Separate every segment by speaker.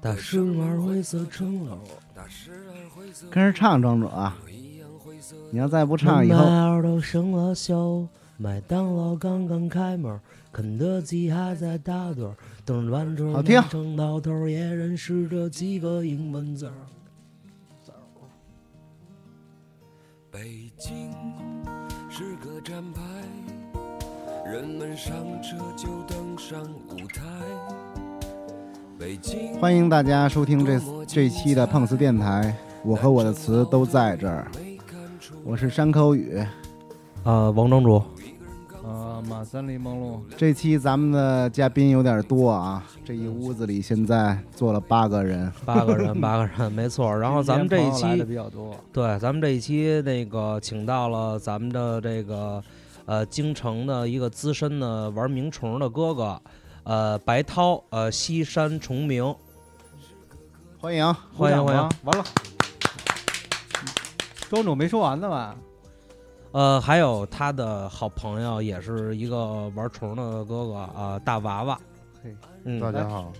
Speaker 1: 大生儿灰色城楼，
Speaker 2: 跟着唱庄主啊！你要再不唱，以后
Speaker 1: 麦儿都生了锈，麦当劳刚刚开门，肯德基还在打盹儿，等着完成
Speaker 2: 好听
Speaker 1: 完成到头儿，也认识这几个英文字儿。
Speaker 2: 啊
Speaker 3: 北京是个站牌，人们上车就登上舞台。北京
Speaker 2: 欢迎大家收听这这期的碰瓷电台，我和我的词都在这儿。我是山口宇，
Speaker 1: 啊，王庄主，
Speaker 4: 啊，马三立梦露，
Speaker 2: 这期咱们的嘉宾有点多啊，这一屋子里现在坐了八个人，
Speaker 1: 八个人，八个人，没错。然后咱们这一
Speaker 4: 今天朋友来的
Speaker 1: 期，
Speaker 4: 比较多，
Speaker 1: 对，咱们这一期那个请到了咱们的这个呃京城的一个资深的玩鸣虫的哥哥，呃，白涛，呃，西山虫鸣，
Speaker 2: 欢迎。
Speaker 1: 欢迎
Speaker 4: 鼓
Speaker 1: 欢迎
Speaker 4: 掌吧。。完了，庄嗯主没说完呢吧？
Speaker 1: 呃，还有他的好朋友，也是一个玩虫的哥哥啊、大娃娃
Speaker 4: 嘿。
Speaker 1: 嗯
Speaker 5: 大家好，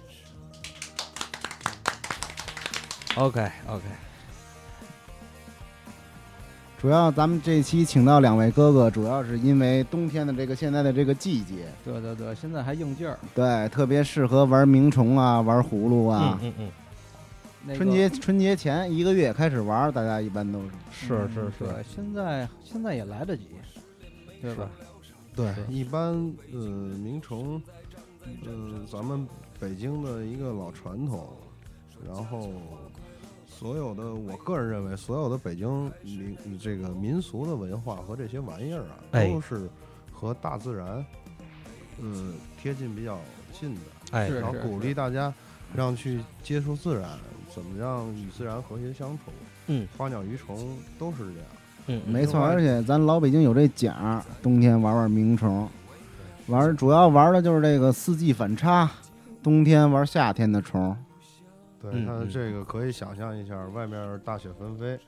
Speaker 1: ，OK OK，
Speaker 2: 主要咱们这期请到两位哥哥，主要是因为冬天的这个现在的这个季节，
Speaker 4: 对对对，现在还应劲儿。
Speaker 2: 对，特别适合玩鸣虫啊，玩葫芦啊。
Speaker 1: 嗯嗯嗯，
Speaker 4: 那个嗯
Speaker 2: 春节春节前一个月开始玩，大家一般都是
Speaker 1: 是
Speaker 4: 嗯
Speaker 1: 是
Speaker 4: 对
Speaker 1: 是，
Speaker 4: 现在现在也来得及，对吧？
Speaker 5: 对，一般呃，鸣虫，呃，咱们北京的一个老传统，然后所有的，我个人认为，所有的北京民这个民俗的文化和这些玩意儿啊，
Speaker 1: 哎
Speaker 5: 都是和大自然，呃，贴近比较近的，
Speaker 1: 哎，
Speaker 4: 是
Speaker 5: 然后鼓励大家让去接触自然，怎么样与自然和谐相处，
Speaker 1: 嗯，
Speaker 5: 花鸟鱼虫都是这样。
Speaker 1: 嗯，
Speaker 2: 没错，
Speaker 5: 嗯
Speaker 2: 而且咱老北京有这奖儿，冬天玩玩鸣虫，玩主要玩的就是这个四季反差，冬天玩夏天的虫。
Speaker 5: 对
Speaker 1: 嗯
Speaker 5: 它
Speaker 1: 嗯
Speaker 5: 这个可以想象一下，外面大雪纷飞，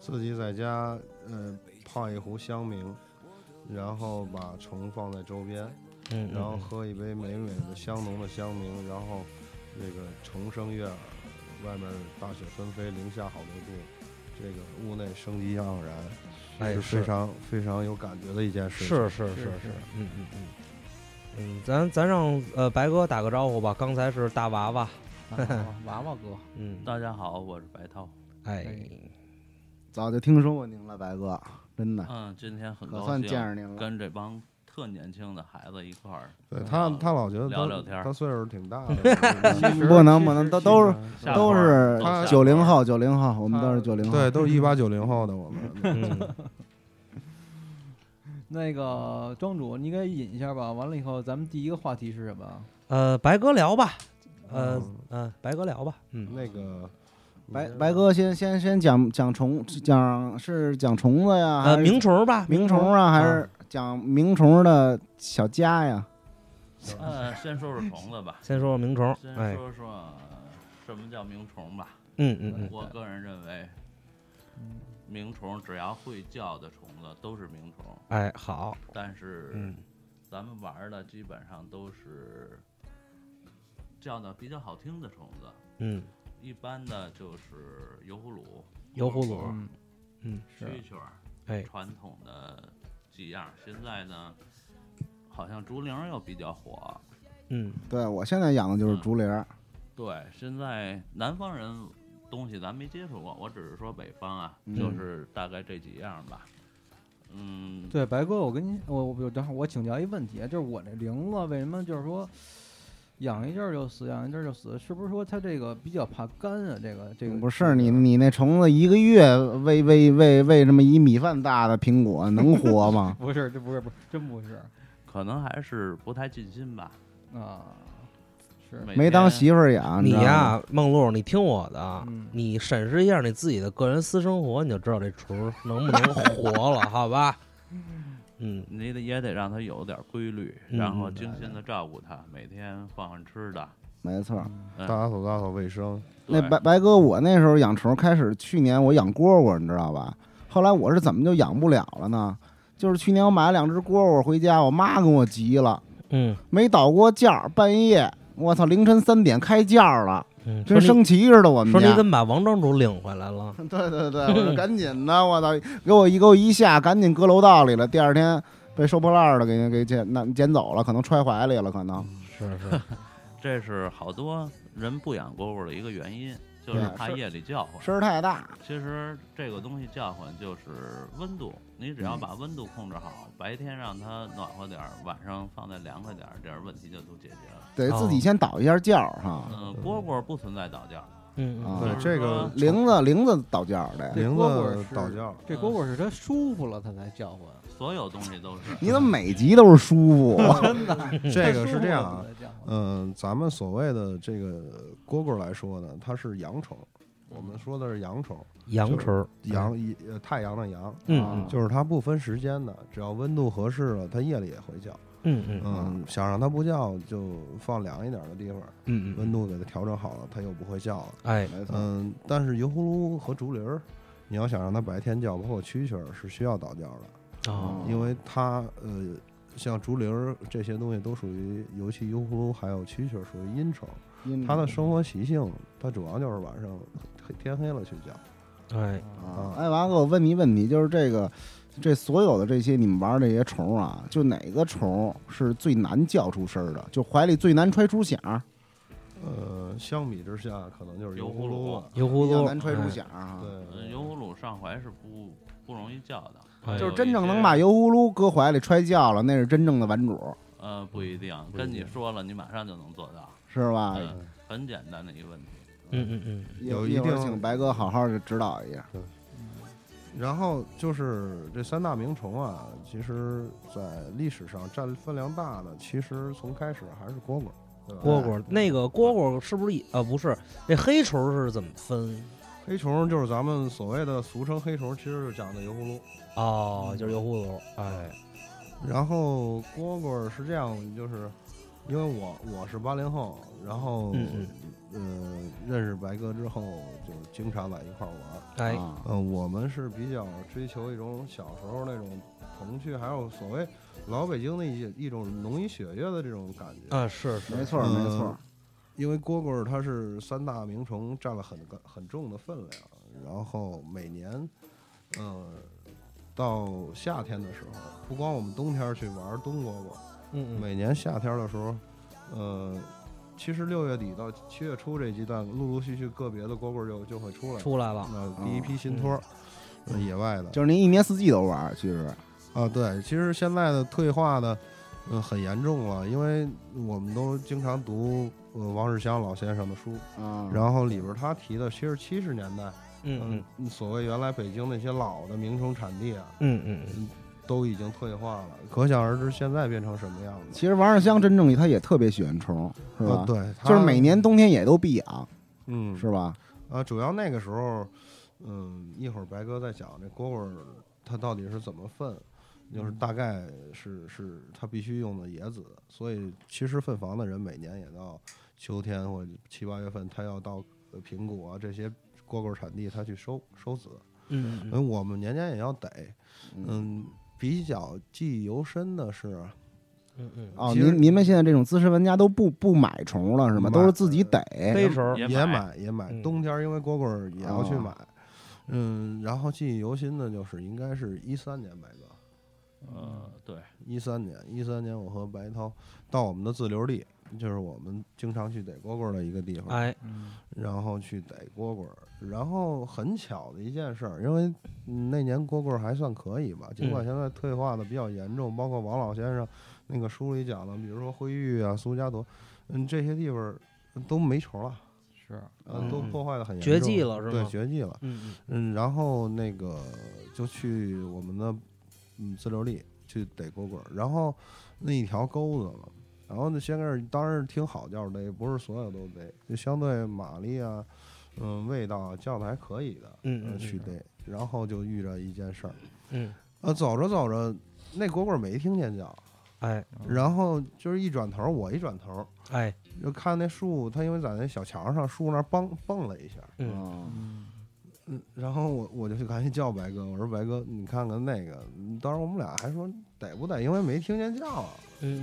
Speaker 5: 自己在家呃泡一壶香茗，然后把虫放在周边，
Speaker 1: 嗯，嗯
Speaker 5: 然后
Speaker 1: 嗯
Speaker 5: 喝一杯美美的香浓的香茗，然后这个虫声悦耳，外面大雪纷飞，零下好多度，这个屋内生机盎然，
Speaker 1: 哎
Speaker 5: 是
Speaker 1: 是
Speaker 5: 非常非常有感觉的一件事情。
Speaker 1: 是是是
Speaker 4: 是
Speaker 1: 是
Speaker 4: 是，
Speaker 1: 嗯嗯嗯。嗯，咱咱让呃白哥打个招呼吧。刚才是大娃娃，
Speaker 4: 啊娃娃哥，
Speaker 1: 嗯，
Speaker 6: 大家好，我是白涛。
Speaker 1: 哎，
Speaker 2: 早就听说过您了，白哥，真的
Speaker 6: 嗯，今天很
Speaker 2: 可
Speaker 6: 高
Speaker 2: 算
Speaker 6: 兴
Speaker 2: 见着您了。
Speaker 6: 跟这帮特年轻的孩子一块儿
Speaker 5: 对他他老觉得
Speaker 6: 嗯聊
Speaker 5: 他
Speaker 6: 聊天儿
Speaker 5: 他岁数挺大 的
Speaker 4: 其实
Speaker 2: 不能
Speaker 4: 其
Speaker 2: 不
Speaker 4: 实
Speaker 2: 能都
Speaker 4: 其
Speaker 2: 都
Speaker 4: 实
Speaker 2: 是
Speaker 6: 下班儿，
Speaker 2: 都是
Speaker 6: 都下班儿
Speaker 2: 九零，后，九零后，我们
Speaker 5: 他
Speaker 2: 都是九零后。
Speaker 5: 对，都是一八九零后的 我们。
Speaker 1: 嗯，
Speaker 4: 那个庄主，你给引一下吧。完了以后，咱们第一个话题是什么？
Speaker 1: 呃，白哥聊吧，呃呃，白哥聊吧，嗯，
Speaker 5: 那个
Speaker 2: 白白哥先先先讲讲虫，讲是讲虫子呀，
Speaker 1: 呃，
Speaker 2: 还是
Speaker 1: 鸣虫吧，，
Speaker 2: 鸣虫啊，还是讲鸣虫的小家呀？
Speaker 6: 呃，先说说虫子吧
Speaker 1: 先说说鸣虫，
Speaker 6: 先
Speaker 1: 哎，
Speaker 6: 说说呃什么叫鸣虫吧。
Speaker 1: 嗯嗯嗯，
Speaker 6: 我个人认为，鸣虫只要会叫的虫子都是鸣虫，
Speaker 1: 哎，好，
Speaker 6: 但是
Speaker 1: 嗯
Speaker 6: 咱们玩儿的基本上都是叫的比较好听的虫子。
Speaker 1: 嗯，
Speaker 6: 一般的就是油葫芦、
Speaker 1: 油葫芦，
Speaker 4: 嗯
Speaker 1: 嗯，
Speaker 4: 是
Speaker 6: 蛐蛐儿，
Speaker 1: 哎
Speaker 6: 传统的几样儿。现在呢，好像竹铃儿又比较火。
Speaker 1: 嗯，
Speaker 2: 对我现在养的
Speaker 6: 嗯
Speaker 2: 就是竹林儿，
Speaker 6: 对，现在南方人东西咱没接触过，我只是说北方啊，
Speaker 2: 嗯
Speaker 6: 就是大概这几样儿吧。嗯，
Speaker 4: 对，白哥，我跟您，我我等会儿我请教一问题，就是我这铃子为什么就是说养一阵儿就死，养一阵儿就死，是不是说它这个比较怕干啊？这个这个？
Speaker 2: 不是你你那虫子一个月喂喂喂喂这么一米饭大的苹果能活吗
Speaker 4: 不是这不是不是真不是
Speaker 6: 可能还是不太尽心吧。
Speaker 4: 啊，是
Speaker 6: 每
Speaker 2: 没
Speaker 6: 天
Speaker 2: 当媳妇儿养，
Speaker 1: 你
Speaker 2: 知道吗
Speaker 1: 呀，梦露，你听我的
Speaker 4: 嗯，
Speaker 1: 你审视一下你自己的个人私生活，你就知道这虫能不能活了，好吧？嗯，
Speaker 6: 你得也得让它有点儿规律，
Speaker 1: 嗯
Speaker 6: 然后
Speaker 1: 嗯
Speaker 6: 精心的照顾它，每天放放吃的。
Speaker 2: 没错儿。
Speaker 5: 打扫打扫卫生，
Speaker 2: 那
Speaker 6: 对
Speaker 2: 白白哥，我那时候养虫，开始去年我养蝈蝈，你知道吧？后来我是怎么就养不了了呢？就是去年我买了两只蝈蝈回家，我妈跟我急了，
Speaker 1: 嗯，
Speaker 2: 没倒过觉儿，半夜我操凌晨三点开觉儿了，
Speaker 1: 嗯，
Speaker 2: 跟
Speaker 1: 说
Speaker 2: 升旗似的。我
Speaker 1: 你说
Speaker 2: 们家
Speaker 1: 你怎么把王庄主领回来了？
Speaker 2: 对对对，我说赶紧的，我操，给我一给我一下，赶紧搁楼道里了。第二天被收破烂儿的给给捡那捡走了，可能揣怀里了，可能。
Speaker 1: 是 啊是，
Speaker 6: 这是好多人不养蝈蝈的一个原因，就是
Speaker 2: 对啊
Speaker 6: 怕
Speaker 2: 是
Speaker 6: 夜里叫唤。
Speaker 2: 声儿太大，
Speaker 6: 其实这个东西叫唤就是温度，你只要
Speaker 2: 嗯
Speaker 6: 把温度控制好，白天让它暖和点儿，晚上放在凉快点儿，这样问题就都解决了。
Speaker 2: 得
Speaker 1: 哦
Speaker 2: 自己先倒一下觉儿哈。
Speaker 6: 嗯，蝈蝈不存在倒觉儿，
Speaker 1: 嗯嗯，
Speaker 2: 啊
Speaker 5: 对
Speaker 6: 就是
Speaker 5: 这个
Speaker 6: 说
Speaker 2: 铃子铃子倒觉儿的，
Speaker 4: 这
Speaker 5: 铃
Speaker 4: 蝈蝈
Speaker 5: 子
Speaker 4: 是
Speaker 5: 倒觉，
Speaker 4: 这蝈蝈是它舒服了，它才叫唤。
Speaker 6: 所有东西都是
Speaker 2: 你怎么每集都是舒服？
Speaker 4: 真的，
Speaker 5: 这个是这样
Speaker 4: 它舒服
Speaker 5: 啊
Speaker 4: 了它。才叫唤
Speaker 5: 嗯，咱们所谓的这个蝈蝈来说呢，它是阳虫，我们说的是阳虫，
Speaker 1: 羊齿儿
Speaker 5: 阳一呃太阳的阳，
Speaker 1: 嗯
Speaker 5: 啊就是它不分时间的，只要温度合适了，它夜里也会叫。
Speaker 1: 嗯嗯
Speaker 5: 嗯，想让它不叫，就放凉一点的地方，
Speaker 1: 嗯
Speaker 5: 温，度给它调整好了，它又不会叫了。
Speaker 1: 哎，
Speaker 2: 没错，
Speaker 5: 嗯，但是油葫芦和竹林儿，你要想让它白天叫，包括蛐蛐儿是需要倒觉的，
Speaker 1: 哦，
Speaker 5: 因为它呃，像竹林儿这些东西都属于，尤其油葫芦还有蛐蛐儿属于阴虫，
Speaker 2: 因
Speaker 5: 它的生活习性，它主要就是晚上黑天黑了去叫。
Speaker 1: 哎，
Speaker 2: 啊
Speaker 5: 啊，
Speaker 2: 哎，完了，我问你一问题，就是这个，这所有的这些你们玩这些虫啊，就哪个虫是最难叫出声儿的，就怀里最难揣出响儿，
Speaker 5: 呃，相比之下，可能就是
Speaker 6: 油
Speaker 5: 油
Speaker 6: 葫
Speaker 5: 葫
Speaker 6: 芦
Speaker 5: 芦
Speaker 6: 了
Speaker 5: 了。
Speaker 1: 油
Speaker 2: 比
Speaker 1: 葫
Speaker 2: 较
Speaker 1: 芦
Speaker 2: 难揣出
Speaker 1: 哎
Speaker 2: 响儿啊。
Speaker 5: 对，嗯
Speaker 6: 呃油葫芦上怀是不不容易叫的，
Speaker 1: 哎
Speaker 2: 就是
Speaker 6: 有
Speaker 2: 真
Speaker 6: 一
Speaker 2: 正能
Speaker 6: 些
Speaker 2: 把油葫芦搁怀里揣叫了，那是真正的玩主，
Speaker 6: 呃不一定，跟你说了，你马上就能做到，
Speaker 2: 是吧？
Speaker 6: 嗯，很简单的一个问题。
Speaker 1: 嗯嗯嗯，
Speaker 5: 有
Speaker 2: 一
Speaker 5: 一
Speaker 2: 会儿
Speaker 5: 定
Speaker 2: 请白哥好好的指导一下。
Speaker 5: 然后就是这三大名虫啊，其实在历史上占分量大的，其实从开始还是蝈蝈，对吧
Speaker 1: 蝈蝈那个蝈蝈是不是也啊？不是，那黑虫是怎么分？
Speaker 5: 黑虫就是咱们所谓的俗称黑虫，其实就是讲的油葫芦。
Speaker 1: 哦，就是油葫芦，哎，
Speaker 5: 然后蝈蝈是这样，就是因为我我是八零后，然后、
Speaker 1: 嗯
Speaker 5: 呃认识白哥之后，就经常在一块儿玩。
Speaker 1: 哎，
Speaker 2: 啊
Speaker 5: 嗯、我们是比较追求一种小时候那种童趣，还有所谓老北京的一一种浓于血液的这种感觉。
Speaker 1: 啊，是是，
Speaker 2: 没错儿，没错儿，
Speaker 5: 因为蝈蝈儿它是三大名虫占了很个很重的分量，然后每年，呃，到夏天的时候，不光我们冬天儿去玩儿冬蝈蝈，
Speaker 1: 嗯嗯，
Speaker 5: 每年夏天儿的时候，呃，其实六月底到七月初这阶段，陆陆续续个别的蝈蝈儿就就会出来了。
Speaker 1: 出来了，嗯
Speaker 5: 那第一批新托儿，呃野外的
Speaker 2: 就是您一年四季都玩儿，其实
Speaker 5: 啊，对，其实现在的退化的，嗯、很严重了，因为我们都经常读呃王世襄老先生的书，
Speaker 2: 啊，
Speaker 5: 然后里边儿他提的，其实七十年代，
Speaker 1: 嗯嗯
Speaker 5: 嗯，所谓原来北京那些老的名虫产地啊，
Speaker 1: 嗯嗯嗯，
Speaker 5: 都已经退化了，可想而知现在变成什么样子。
Speaker 2: 其实王世襄真正他也特别喜欢虫，是吧
Speaker 5: 啊，？对，它
Speaker 2: 就是每，年冬天也都必养，
Speaker 5: 嗯，
Speaker 2: 是吧？
Speaker 5: 啊，主要那个时候，嗯，一会儿白哥再讲这蝈蝈儿它到底是怎么分，就是大概是是它必须用的野子，所以其实分房的人每年也到秋天或者七八月份，他要到呃平谷啊这些蝈蝈儿产地，他去收收子。
Speaker 1: 嗯嗯
Speaker 5: 嗯，我们年年也要逮。嗯，比较记忆犹深的是，
Speaker 1: 嗯嗯，
Speaker 2: 哦，
Speaker 5: 呃其实
Speaker 2: 您您们现在这种资深玩家都不不买虫了是吗？
Speaker 5: 买
Speaker 2: 都是自己逮。
Speaker 1: 黑虫，
Speaker 6: 也
Speaker 5: 也
Speaker 6: 买
Speaker 5: 买也买
Speaker 1: 嗯，
Speaker 5: 冬天儿因为蝈蝈儿也要去
Speaker 2: 哦
Speaker 5: 买。嗯，然后记忆犹新的就是应该是一三年买的，
Speaker 4: 嗯
Speaker 6: 呃，对，
Speaker 5: 一三年，一三年我和白涛到我们的自留地，就是我们经常去逮蝈蝈儿的一个地方，
Speaker 1: 哎，
Speaker 4: 嗯
Speaker 5: 然后去逮蝈蝈儿。然后很巧的一件事儿，因为嗯那年蝈蝈儿还算可以吧，尽管
Speaker 1: 嗯
Speaker 5: 现在退化的比较严重，包括王老先生那个书里讲的，比如说灰玉啊、苏家沱，嗯，这些地方儿都没虫了，
Speaker 4: 是
Speaker 5: 呃，
Speaker 1: 嗯
Speaker 5: 都
Speaker 1: 嗯
Speaker 5: 破坏的很严重，
Speaker 1: 绝迹了是
Speaker 5: 对，
Speaker 1: 吗
Speaker 5: 绝迹了。
Speaker 1: 嗯
Speaker 5: 嗯，然后那个就去我们的嗯自留地去逮蝈蝈儿，然后那一条沟子了，然后那先开始当然是听好叫逮，不是所有都逮，就相对马力啊，嗯，味道啊叫的还可以的，
Speaker 1: 嗯嗯
Speaker 5: 呃去
Speaker 1: 嗯
Speaker 5: 逮，然后就遇着一件事儿，
Speaker 1: 嗯，
Speaker 5: 呃，走着走着那蝈蝈儿没听见叫，
Speaker 1: 哎
Speaker 5: 然后就是一转头儿，我一转头儿
Speaker 1: 哎，
Speaker 5: 就看那树，它因为在那小桥上树那儿蹦蹦了一下，
Speaker 1: 嗯
Speaker 2: 哦
Speaker 4: 嗯
Speaker 5: 嗯，然后我我就去赶紧叫白哥，我说白哥，你看看那个，嗯当时我们俩还说逮不逮，因为没听见叫啊。
Speaker 1: 嗯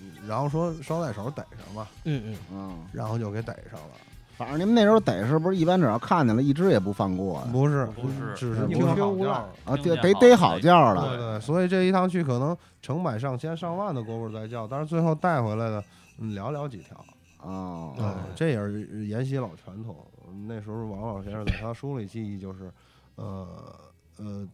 Speaker 1: 嗯
Speaker 5: 然后说捎带手逮上吧，
Speaker 1: 嗯嗯
Speaker 2: 嗯
Speaker 5: 然后就给逮上了。
Speaker 2: 反正你们那时候逮是不是一般只要看见了，一只也不放过呀？
Speaker 5: 哎不是
Speaker 6: 不是
Speaker 5: 只是
Speaker 2: 嗯
Speaker 5: 不
Speaker 2: 有
Speaker 5: 好
Speaker 4: 缺无
Speaker 5: 叫
Speaker 4: 赖
Speaker 2: 啊，
Speaker 6: 听
Speaker 2: 逮逮
Speaker 6: 见好
Speaker 2: 逮
Speaker 6: 的
Speaker 2: 好
Speaker 6: 那
Speaker 2: 叫儿
Speaker 6: 种
Speaker 5: 对
Speaker 2: 了，
Speaker 5: 对，所以这一趟去可能成百上千上万的蝈蝈在叫，但是最后带回来的嗯寥寥几条。
Speaker 2: 哦，
Speaker 5: 对，这也是沿袭老传统。那时候王老先生在他书里记忆就是，呃呃，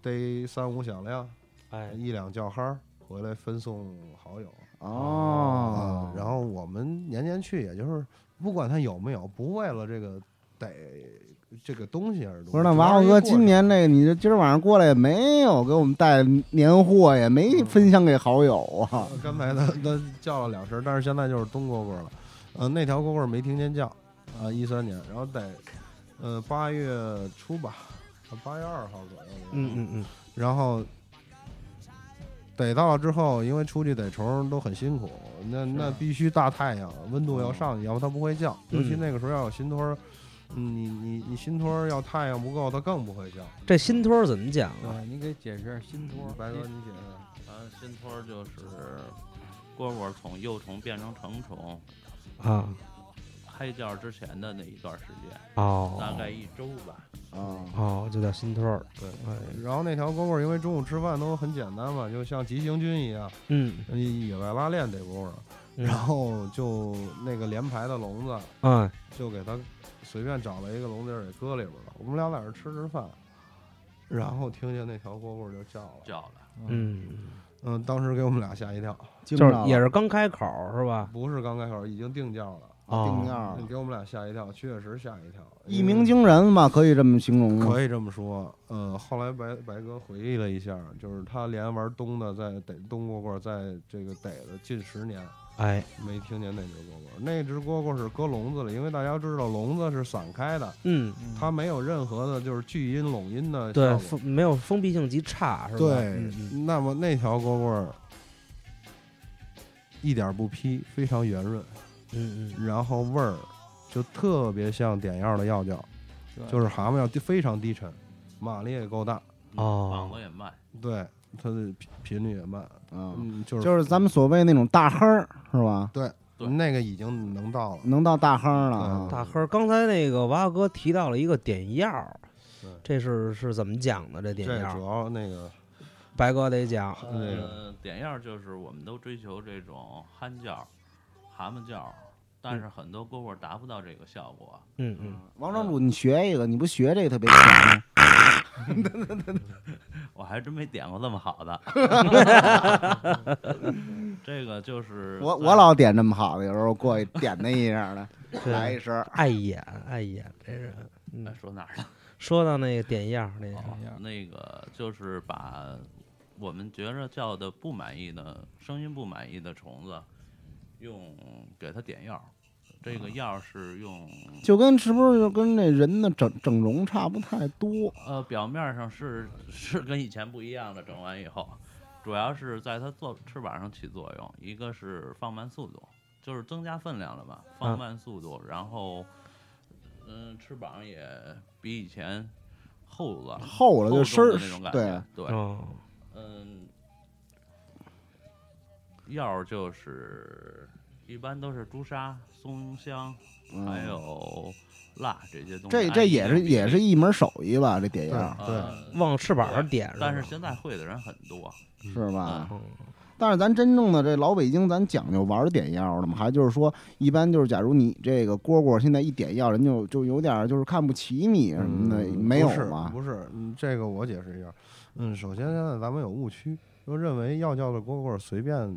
Speaker 5: 逮三五响亮，
Speaker 1: 哎，
Speaker 5: 一两叫嗨儿，回来分送好友。啊
Speaker 2: 哦，
Speaker 5: 然后我们年年去，也就是不管他有没有，不为了这个逮这个东西而
Speaker 2: 不
Speaker 5: 不
Speaker 2: 是那娃娃哥今年这你这今儿晚上过来也没有给我们带年货呀，没分享给好友啊。
Speaker 5: 刚才他他叫了两声，但是现在就是东蝈蝈了。呃，那条蝈蝈没听见叫，啊，一三年，然后在呃八月初吧，八月二号左右，
Speaker 1: 嗯嗯嗯，
Speaker 5: 然后逮到了之后，因为出去逮虫都很辛苦，那那必须大太阳，温度要上去，要不它不会叫。尤其
Speaker 1: 嗯
Speaker 5: 那个时候要有新托儿，嗯你你你新托儿要太阳不够，它更不会叫。
Speaker 1: 这新托儿怎么讲啊？
Speaker 4: 对，您给解释一下新托儿。
Speaker 5: 白哥，
Speaker 4: 新
Speaker 5: 你解释。
Speaker 6: 呃，新托儿就是蝈蝈从幼虫变成成虫，
Speaker 1: 啊
Speaker 6: 胎教之前的那一段时间，大
Speaker 1: 哦
Speaker 6: 概一周吧。
Speaker 2: 啊，
Speaker 1: 哦，就叫新托儿。
Speaker 5: 对
Speaker 1: 哎，
Speaker 5: 然后那条蝈蝈，因为中午吃饭都很简单嘛，就像急行军一样，
Speaker 1: 嗯，
Speaker 5: 你野外拉练逮蝈蝈，
Speaker 1: 嗯
Speaker 5: 然后就那个连排的笼子，
Speaker 1: 哎
Speaker 5: 就给他随便找了一个笼子给搁里边了。我们俩在这儿吃吃饭，然后听见那条蝈蝈就叫了，
Speaker 6: 叫了，
Speaker 1: 嗯，
Speaker 5: 嗯，当时给我们俩吓一跳，
Speaker 2: 就
Speaker 1: 就是也是刚开口是吧？
Speaker 5: 不是刚开口已经定叫了，
Speaker 2: 定
Speaker 1: 哦，
Speaker 2: 价
Speaker 5: 给我们俩吓一跳，确实吓一跳，
Speaker 2: 一鸣。惊人嘛，可以这么形容吗？
Speaker 5: 可以这么说，呃，后来白白哥回忆了一下，就是他连玩东的在逮东蝈蝈，在这个逮了近十年，
Speaker 1: 哎，
Speaker 5: 没听见那只蝈蝈。那只蝈蝈是搁笼子里，因为大家知道笼子是散开的，
Speaker 1: 嗯，
Speaker 5: 它没有任何的就是聚音拢音的效
Speaker 1: 对，
Speaker 5: 果。
Speaker 1: 封没有封闭性极差是吧？
Speaker 5: 对，
Speaker 1: 嗯嗯
Speaker 5: 那么那条蝈蝈儿一点儿不劈，非常圆润，
Speaker 1: 嗯嗯，
Speaker 5: 然后味儿就特别像点药的药酒，
Speaker 4: 对
Speaker 5: 就是蛤蟆要低非常低沉，马力也够大，
Speaker 1: 哦
Speaker 6: 膀嗯子也慢，
Speaker 5: 对它的频频率也慢，
Speaker 2: 啊，
Speaker 5: 嗯，就是
Speaker 2: 就是咱们所谓那种大亨儿是吧？
Speaker 6: 对
Speaker 5: 那个已经能到了，
Speaker 2: 能到大亨儿了
Speaker 5: 嗯
Speaker 2: 啊。
Speaker 1: 大亨儿，刚才那个娃娃哥提到了一个点药儿
Speaker 5: 对，
Speaker 1: 这是是怎么讲的？这点
Speaker 5: 这
Speaker 1: 药
Speaker 5: 主
Speaker 1: 儿，
Speaker 5: 要那个
Speaker 1: 白哥得讲。
Speaker 5: 那个
Speaker 6: 呃，点样就是我们都追求这种憨叫、蛤蟆叫，
Speaker 2: 嗯
Speaker 6: 但是很多蝈蝈达不到这个效果。
Speaker 1: 嗯嗯，
Speaker 2: 王庄主，你学一个，你不学这个特别强吗？
Speaker 6: 我还真没点过这么 好的。这个就是
Speaker 2: 我
Speaker 6: 在
Speaker 2: 我老点这么好的，有时候过去点那一下的，来一
Speaker 1: 对，
Speaker 2: 声儿。
Speaker 1: 爱演爱演这人。
Speaker 6: 哎
Speaker 1: 嗯，
Speaker 6: 说哪儿了？
Speaker 1: 说到那个点药儿那个，
Speaker 6: 哦
Speaker 2: 嗯
Speaker 6: 那个就是把我们觉着叫的不满意的声音不满意的虫子，用给它点药。这
Speaker 2: 哦
Speaker 6: 个药是用
Speaker 2: 就跟是不是就跟那人的整整容差不太多？
Speaker 6: 呃表面上是 是跟以前不一样的，整完以后，主要是在它做翅膀上起作用，一个是放慢速度，就是增加分量了嘛，
Speaker 2: 嗯
Speaker 6: 放慢速度，然后嗯、翅膀也比以前厚了，
Speaker 2: 厚了就身
Speaker 6: 厚
Speaker 2: 儿
Speaker 6: 重的那种感
Speaker 2: 对
Speaker 6: 觉，，对，
Speaker 1: 哦，
Speaker 6: 嗯，药就是一般都是朱砂、松香，
Speaker 2: 嗯
Speaker 6: 还有蜡哎这些东西。
Speaker 2: 这
Speaker 6: 哎
Speaker 2: 这也是也是
Speaker 6: 一
Speaker 2: 一门手艺吧？这点样
Speaker 5: 对
Speaker 6: 呃，
Speaker 1: 往翅膀上点。
Speaker 6: 但是
Speaker 1: 吧
Speaker 6: 现在会的人很多，
Speaker 2: 是吧？
Speaker 1: 嗯
Speaker 2: 但是咱真正的这老北京，咱讲究玩点药的嘛，还就是说，一般就是假如你这个蝈蝈现在一点药，人就就有点就是看不起你什么的，
Speaker 5: 嗯
Speaker 2: 没有
Speaker 5: 不是
Speaker 2: 嘛？
Speaker 5: 不是，嗯这个我解释一下。嗯，首先现在咱们有误区，就认为药教的蝈蝈随便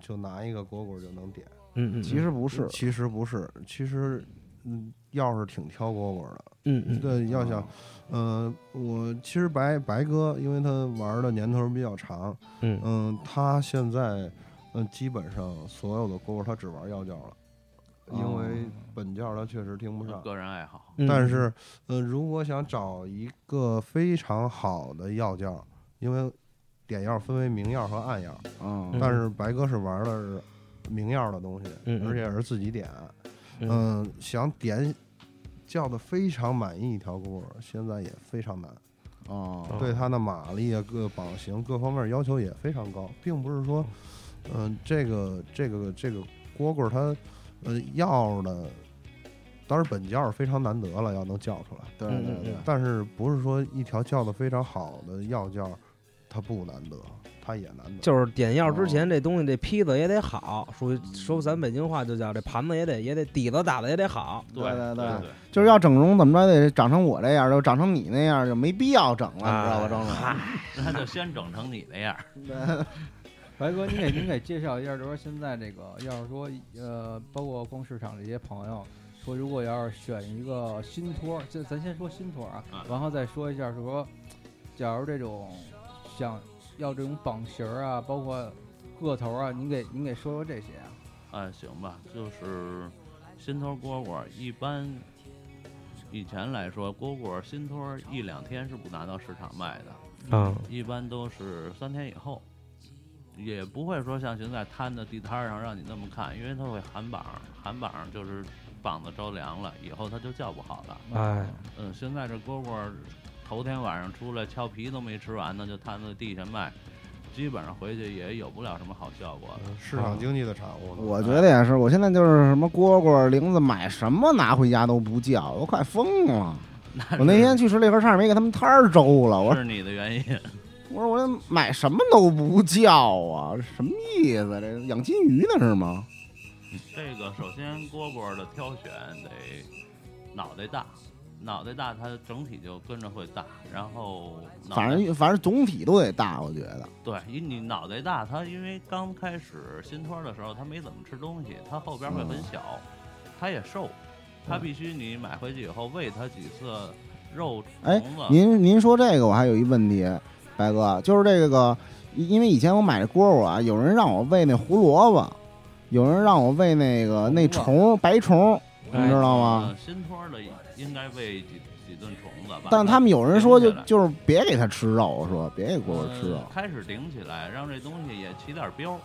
Speaker 5: 就拿一个蝈蝈就能点，
Speaker 1: 嗯嗯，
Speaker 2: 其实不是，
Speaker 5: 其实不是，其实嗯，药是挺挑蝈蝈的。
Speaker 1: 嗯嗯嗯
Speaker 5: 对，要
Speaker 2: 哦
Speaker 5: 想，呃，我其实白白哥，因为他玩的年头比较长，
Speaker 1: 嗯
Speaker 5: 嗯，他现在嗯，基本上所有的蝈蝈他只玩药教了，因为本教他确实听不上。
Speaker 6: 个人爱好。
Speaker 1: 嗯，
Speaker 5: 但是，嗯，如果想找一个非常好的药教，因为点药分为明药和暗药，
Speaker 2: 嗯，
Speaker 1: 嗯
Speaker 5: 但是白哥是玩的是明药的东西，
Speaker 1: 嗯嗯
Speaker 5: 而且是自己点。
Speaker 1: 嗯
Speaker 5: 嗯，想点叫的非常满意一条蝈，现在也非常难，
Speaker 2: 哦，
Speaker 5: 对它的马力啊、各膀型各方面要求也非常高，并不是说，呃嗯，这个这个这个蝈蝈它，呃，药的当然本教是非常难得了，要能叫出来。
Speaker 2: 对
Speaker 1: 嗯
Speaker 2: 对
Speaker 1: 嗯
Speaker 2: 对
Speaker 1: 嗯，
Speaker 5: 但是不是说一条叫的非常好的药教，它不难得，它也难得。
Speaker 1: 就是点药之前
Speaker 5: 哦
Speaker 1: 这东西这坯子也得好，属于说咱北京话就叫这盘子也得也得底子打的也得好。
Speaker 6: 对
Speaker 2: 对对对
Speaker 6: 对，
Speaker 2: 就是要整容，怎么着也得长成我这样，就长成你那样就没必要整了，
Speaker 1: 哎
Speaker 2: 你知道吧，张总？
Speaker 6: 那就先整成你那样儿。
Speaker 4: 白哥，您给您给介绍一下，就是说现在这个，要是说呃，包括逛市场这些朋友，说如果要是选一个新托儿，就咱先说新托儿啊，
Speaker 6: 啊
Speaker 4: 然后再说一下说，假如这种想要这种绑型儿啊，包括个头儿啊，您给您给说说这些啊。
Speaker 6: 啊，行吧，就是新托蝈蝈，一般以前来说，蝈蝈新托一两天是不拿到市场卖的，
Speaker 1: 啊，
Speaker 6: 一般都是三天以后，也不会说像现在摊的地摊儿上让你那么看，因为它会含榜，含榜就是膀子着凉了，以后它就叫不好了。
Speaker 1: 哎，
Speaker 6: 嗯，现在这蝈蝈儿头天晚上出来削皮都没吃完呢，就摊在地下卖，基本上回去也有不了什么好效果了。
Speaker 5: 嗯市场经济的产物呢，
Speaker 2: 我觉得也是，我现在就是什么蝈蝈、铃子，买什么拿回家都不叫，都快疯了。我那天去十里河上面没给他们摊儿周了，我说
Speaker 6: 是你的原因。
Speaker 2: 我说我这买什么都不叫啊，什么意思？这养金鱼呢是吗？
Speaker 6: 这个首先蝈蝈的挑选得脑袋大，脑袋大它整体就跟着会大，然后脑袋
Speaker 2: 反正反正总体都得大，我觉得。
Speaker 6: 对，因为你脑袋大，它因为刚开始新托的时候它没怎么吃东西，它后边会
Speaker 2: 嗯
Speaker 6: 很小，它也瘦，它必须你买回去以后喂它几次肉
Speaker 2: 哎
Speaker 6: 虫子，
Speaker 2: 您您说这个，我还有一问题，白哥，就是这个，因因为以前我买这蝈蝈啊，有人让我喂那胡萝卜，有人让我喂那个那虫白虫，你知道吗？
Speaker 6: 嗯新托的应该喂几几顿虫子吧，
Speaker 2: 但是他们有人说就
Speaker 6: 顶起来
Speaker 2: 就是别给它吃肉，说别给蝈蝈吃啊肉
Speaker 6: 呃。开始顶起来，让这东西也起点膘，
Speaker 2: 哦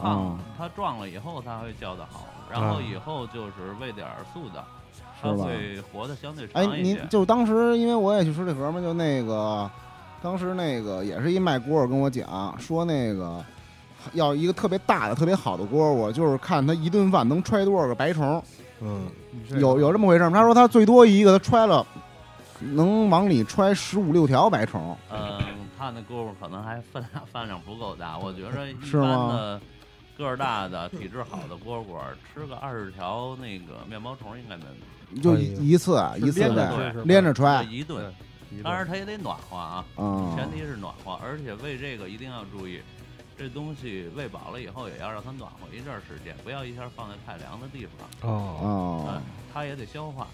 Speaker 6: 胖，它撞了以后它会叫得好，然后以后就是喂点儿素的，它
Speaker 2: 是吧
Speaker 6: 会活得相对
Speaker 2: 哎，
Speaker 6: 长一
Speaker 2: 您
Speaker 6: 些。
Speaker 2: 就当时因为我也去十里河嘛，就那个当时那个也是一卖蝈蝈跟我讲说那个要一个特别大的、特别好的蝈蝈，就是看它一顿饭能揣多少个白虫。
Speaker 5: 嗯，这个
Speaker 2: 有有这么回事吗？他说他最多一个他揣了，能往里揣十五六条白虫。
Speaker 6: 嗯，它那蝈蝈可能还饭量饭量不够大，我觉 着一
Speaker 2: 是
Speaker 6: 般
Speaker 2: 吗
Speaker 6: 的个儿大的、体质好的蝈蝈吃个二十条那个面包虫应该没问题。
Speaker 2: 就
Speaker 1: 哎
Speaker 2: 一
Speaker 1: 呦
Speaker 2: 一次啊一次
Speaker 4: 连着
Speaker 2: 呗，
Speaker 4: 吃是吧
Speaker 2: 连着揣
Speaker 6: 就，一顿，
Speaker 5: 一
Speaker 6: 当然
Speaker 5: 个
Speaker 6: 它也得暖和啊，
Speaker 2: 嗯，
Speaker 6: 前提是暖和，而且喂这个一定要注意，这东西喂饱了以后也要让它暖和一阵儿时间，不要一下放在太凉的地方，
Speaker 1: 哦，
Speaker 2: 哦
Speaker 6: 嗯，，它也得消化。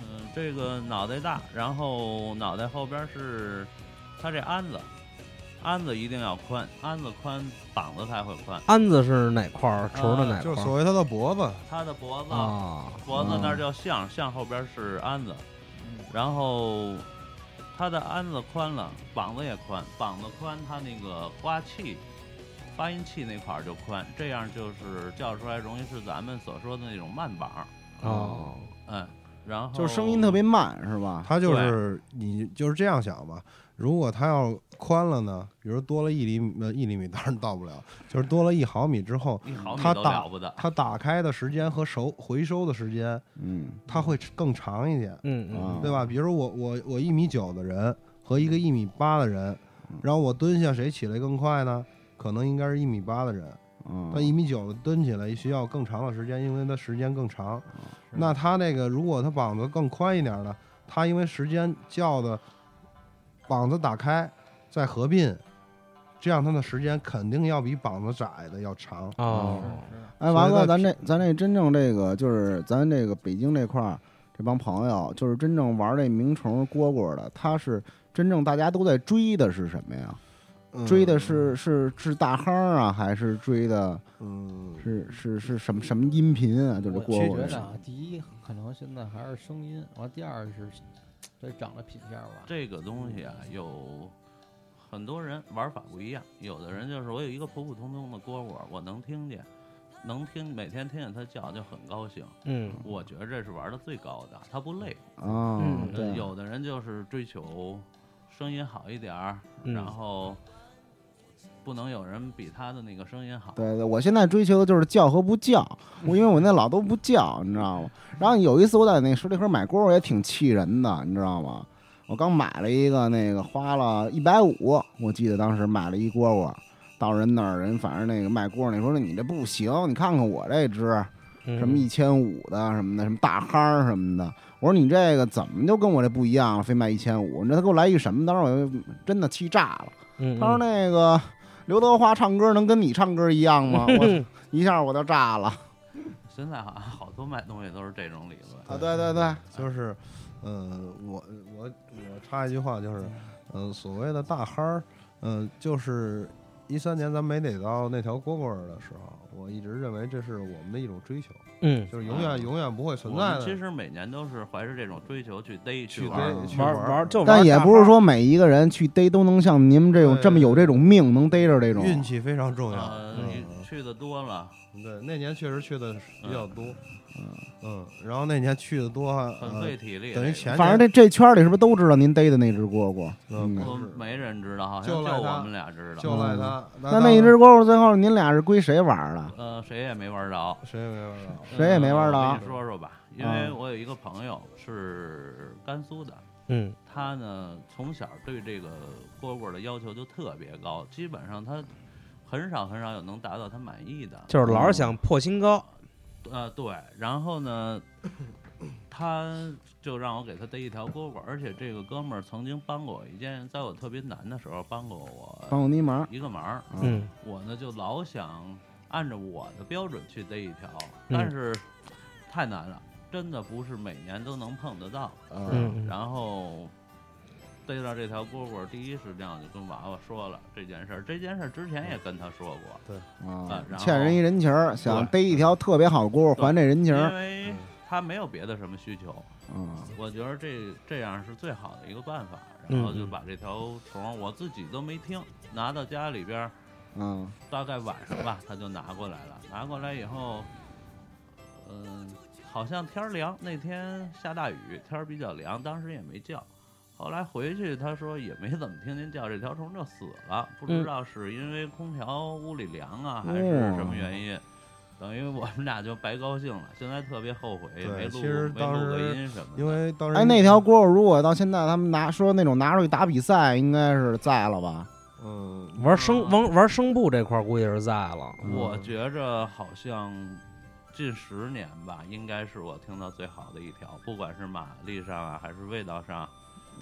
Speaker 6: 嗯，这个脑袋大，然后脑袋后边是它这鞍子，鞍子一定要宽，鞍子宽，膀子才会宽。
Speaker 1: 鞍子是哪块儿？绸的哪
Speaker 5: 就是
Speaker 1: 块
Speaker 5: 所谓它的脖子，
Speaker 6: 它的脖子、
Speaker 1: 儿？啊，
Speaker 6: 脖子
Speaker 2: 嗯
Speaker 6: 那儿叫项，项后边是鞍子，然后它的鞍子宽了，膀子也宽，膀子宽，它那个刮气、发音器那块儿就宽，这样就是叫出来容易是咱们所说的那种慢膀，
Speaker 1: 哦，
Speaker 6: 嗯，然后
Speaker 2: 就是声音特别慢是吧？
Speaker 5: 它啊就是你就是这样想吧。如果它要宽了呢，比如多了一厘米，呃一厘米当然到不了，就是多了一毫米之后，
Speaker 6: 一毫米
Speaker 5: 它
Speaker 6: 都
Speaker 5: 大
Speaker 6: 了不得，
Speaker 5: 它打开的时间和收回收的时间，
Speaker 2: 嗯，
Speaker 5: 它会更长一点，
Speaker 1: 嗯嗯
Speaker 2: 啊
Speaker 5: 对吧？比如我我我一米九的人和一个一米八的人，
Speaker 1: 嗯
Speaker 5: 然后我蹲下，谁起来更快呢？可能应该是一米八的人，但一
Speaker 2: 嗯，
Speaker 5: 米九的蹲起来需要更长的时间，因为它时间更长。
Speaker 4: 是
Speaker 5: 那它那个如果它膀子更宽一点呢，它因为时间叫的膀子打开再合并，这样它的时间肯定要比膀子窄的要长。
Speaker 1: 哦，
Speaker 2: 哎，王
Speaker 5: 所
Speaker 2: 哥，
Speaker 5: 以它
Speaker 2: 咱这咱这真正这个就是咱这个北京这块儿这帮朋友，就是真正玩这鸣虫蝈蝈的，他是真正大家都在追的是什么呀？
Speaker 5: 嗯
Speaker 2: 追的是是是大夯啊，还是追的？
Speaker 5: 嗯，
Speaker 2: 是是是什么什么音频啊？就是
Speaker 4: 我
Speaker 2: 蝈
Speaker 4: 其实
Speaker 2: 蝈
Speaker 4: 觉
Speaker 2: 的
Speaker 4: 得啊，第一可能现在还是声音，完第二是这长得品相吧。
Speaker 6: 这个东西啊，有很多人玩法不一样，有的人就是我有一个普普通通的蝈蝈，我能听见，能听每天听见它叫就很高兴，
Speaker 1: 嗯
Speaker 6: 我觉得这是玩的最高的，它不累。
Speaker 2: 啊
Speaker 1: 嗯，
Speaker 6: 呃
Speaker 2: 对，
Speaker 6: 有的人就是追求声音好一点儿，
Speaker 1: 嗯
Speaker 6: 然后不能有人比他的那个声音好。
Speaker 2: 对对，我现在追求的就是叫和不叫，我因为我那老都不叫，你知道吗？然后有一次我在那十里河买锅，我也挺气人的，你知道吗？我刚买了一个那个花了一百五，我记得当时买了一蝈蝈，到人那儿人反正那个卖蝈蝈那说你这不行，你看看我这只
Speaker 1: 嗯
Speaker 2: 什么一千五的什么的，什么大憨儿什么的。我说你这个怎么就跟我这不一样了？非卖一千五，你这他给我来一什么？当时我就真的气炸了。
Speaker 1: 嗯，
Speaker 2: 他说那个刘德华唱歌能跟你唱歌一 样吗？我一下我就炸了
Speaker 6: 现在好像好多卖东西都是这种理论。
Speaker 2: 啊！对对对，
Speaker 5: 就是，嗯，我我我插一句话，就是，嗯，所谓的大憨儿，嗯，就是一三年咱没逮到那条蝈蝈儿的时候，我一直认为这是我们的一种追求，
Speaker 1: 嗯
Speaker 5: 就是永
Speaker 6: 啊
Speaker 5: 远永远不会存
Speaker 6: 我
Speaker 5: 在
Speaker 6: 们
Speaker 5: 的。
Speaker 6: 其实每年都是怀着这种追求去逮
Speaker 5: 去
Speaker 6: 玩儿
Speaker 5: 逮，去
Speaker 1: 玩
Speaker 5: 玩
Speaker 1: 儿玩儿就玩儿
Speaker 2: 但也
Speaker 1: 大
Speaker 2: 不是
Speaker 1: 花
Speaker 2: 说每一个人去逮都能像您们这种
Speaker 5: 对
Speaker 2: 这么有这种命能逮着这种。
Speaker 5: 运气非常重要。
Speaker 6: 呃，
Speaker 5: 嗯
Speaker 6: 你去的多了，
Speaker 5: 嗯对，那年确实去的比较多。嗯，然后那年去的多，
Speaker 6: 很
Speaker 5: 呃
Speaker 6: 费体力。
Speaker 5: 等于
Speaker 6: 这个
Speaker 5: 前
Speaker 2: 反正
Speaker 5: 年
Speaker 2: 这这圈里是不是都知道您逮的那只蝈蝈？
Speaker 5: 嗯
Speaker 2: 嗯
Speaker 6: 都没人知道，好像
Speaker 5: 就赖
Speaker 6: 我
Speaker 5: 他
Speaker 6: 们俩知道。
Speaker 5: 就赖他，
Speaker 1: 嗯
Speaker 2: 那
Speaker 5: 当
Speaker 2: 那一
Speaker 5: 然
Speaker 2: 只蝈蝈最后您俩是归谁玩的？
Speaker 6: 呃，谁也没玩着，
Speaker 5: 谁也没玩嗯到。
Speaker 2: 谁也没玩着
Speaker 6: 呃我
Speaker 2: 啊
Speaker 6: 跟你说说吧，因为我有一个朋友是甘肃的，
Speaker 1: 嗯
Speaker 6: 他呢从小对这个蝈蝈的要求就特别高，基本上他很少很少有能达到他满意的。
Speaker 1: 就是老是想破新高，
Speaker 6: 呃，对，然后呢， 他就让我给他逮一条蝈蝈，而且这个哥们儿曾经帮过我一件，在我特别难的时候帮过我
Speaker 2: 帮我尼忙。
Speaker 6: 一个忙。
Speaker 1: 嗯
Speaker 6: 我呢就老想按照我的标准去逮一条，
Speaker 1: 嗯
Speaker 6: 但是太难了，真的不是每年都能碰得到。
Speaker 2: 啊
Speaker 1: 嗯，
Speaker 6: 然后逮到这条蝈蝈，第一时间我就跟娃娃说了这件事儿，这件事儿之前
Speaker 1: 嗯
Speaker 6: 也跟他说过，
Speaker 2: 啊
Speaker 6: 然后
Speaker 2: 欠人一人情儿，想
Speaker 6: 对
Speaker 2: 逮一条特别好的蝈蝈还这人
Speaker 1: 嗯
Speaker 2: 情儿。
Speaker 6: 因为他没有别的什么需求，
Speaker 2: 嗯
Speaker 6: 我觉得这这样是最好的一个办法。然
Speaker 1: 嗯
Speaker 6: 后就把这条虫，我自己都没听，拿到家里边儿，
Speaker 2: 嗯，
Speaker 6: 大概晚上吧，他就拿过来了。拿过来以后，嗯、好像天儿凉，那天下大雨，天儿比较凉，当时也没叫。后来回去，他说也没怎么听见叫，这条虫就死了，不知
Speaker 1: 嗯
Speaker 6: 道是因为空调屋里凉啊，还
Speaker 2: 哦
Speaker 6: 是什么原因。等于我们俩就白高兴了，现在特别后悔
Speaker 5: 对
Speaker 6: 没录
Speaker 5: 其实
Speaker 6: 没
Speaker 5: 当
Speaker 6: 录个
Speaker 5: 时
Speaker 6: 音什么的。
Speaker 5: 因为当时
Speaker 2: 哎，那条蝈蝈如果到现在他们拿说那种拿出去打比赛，应该是在了吧？
Speaker 5: 嗯，
Speaker 1: 玩声玩玩声部这块儿估计是在了，
Speaker 6: 我觉着好像近十年吧，应该是我听到最好的一条，不管是马力上啊，还是味道上，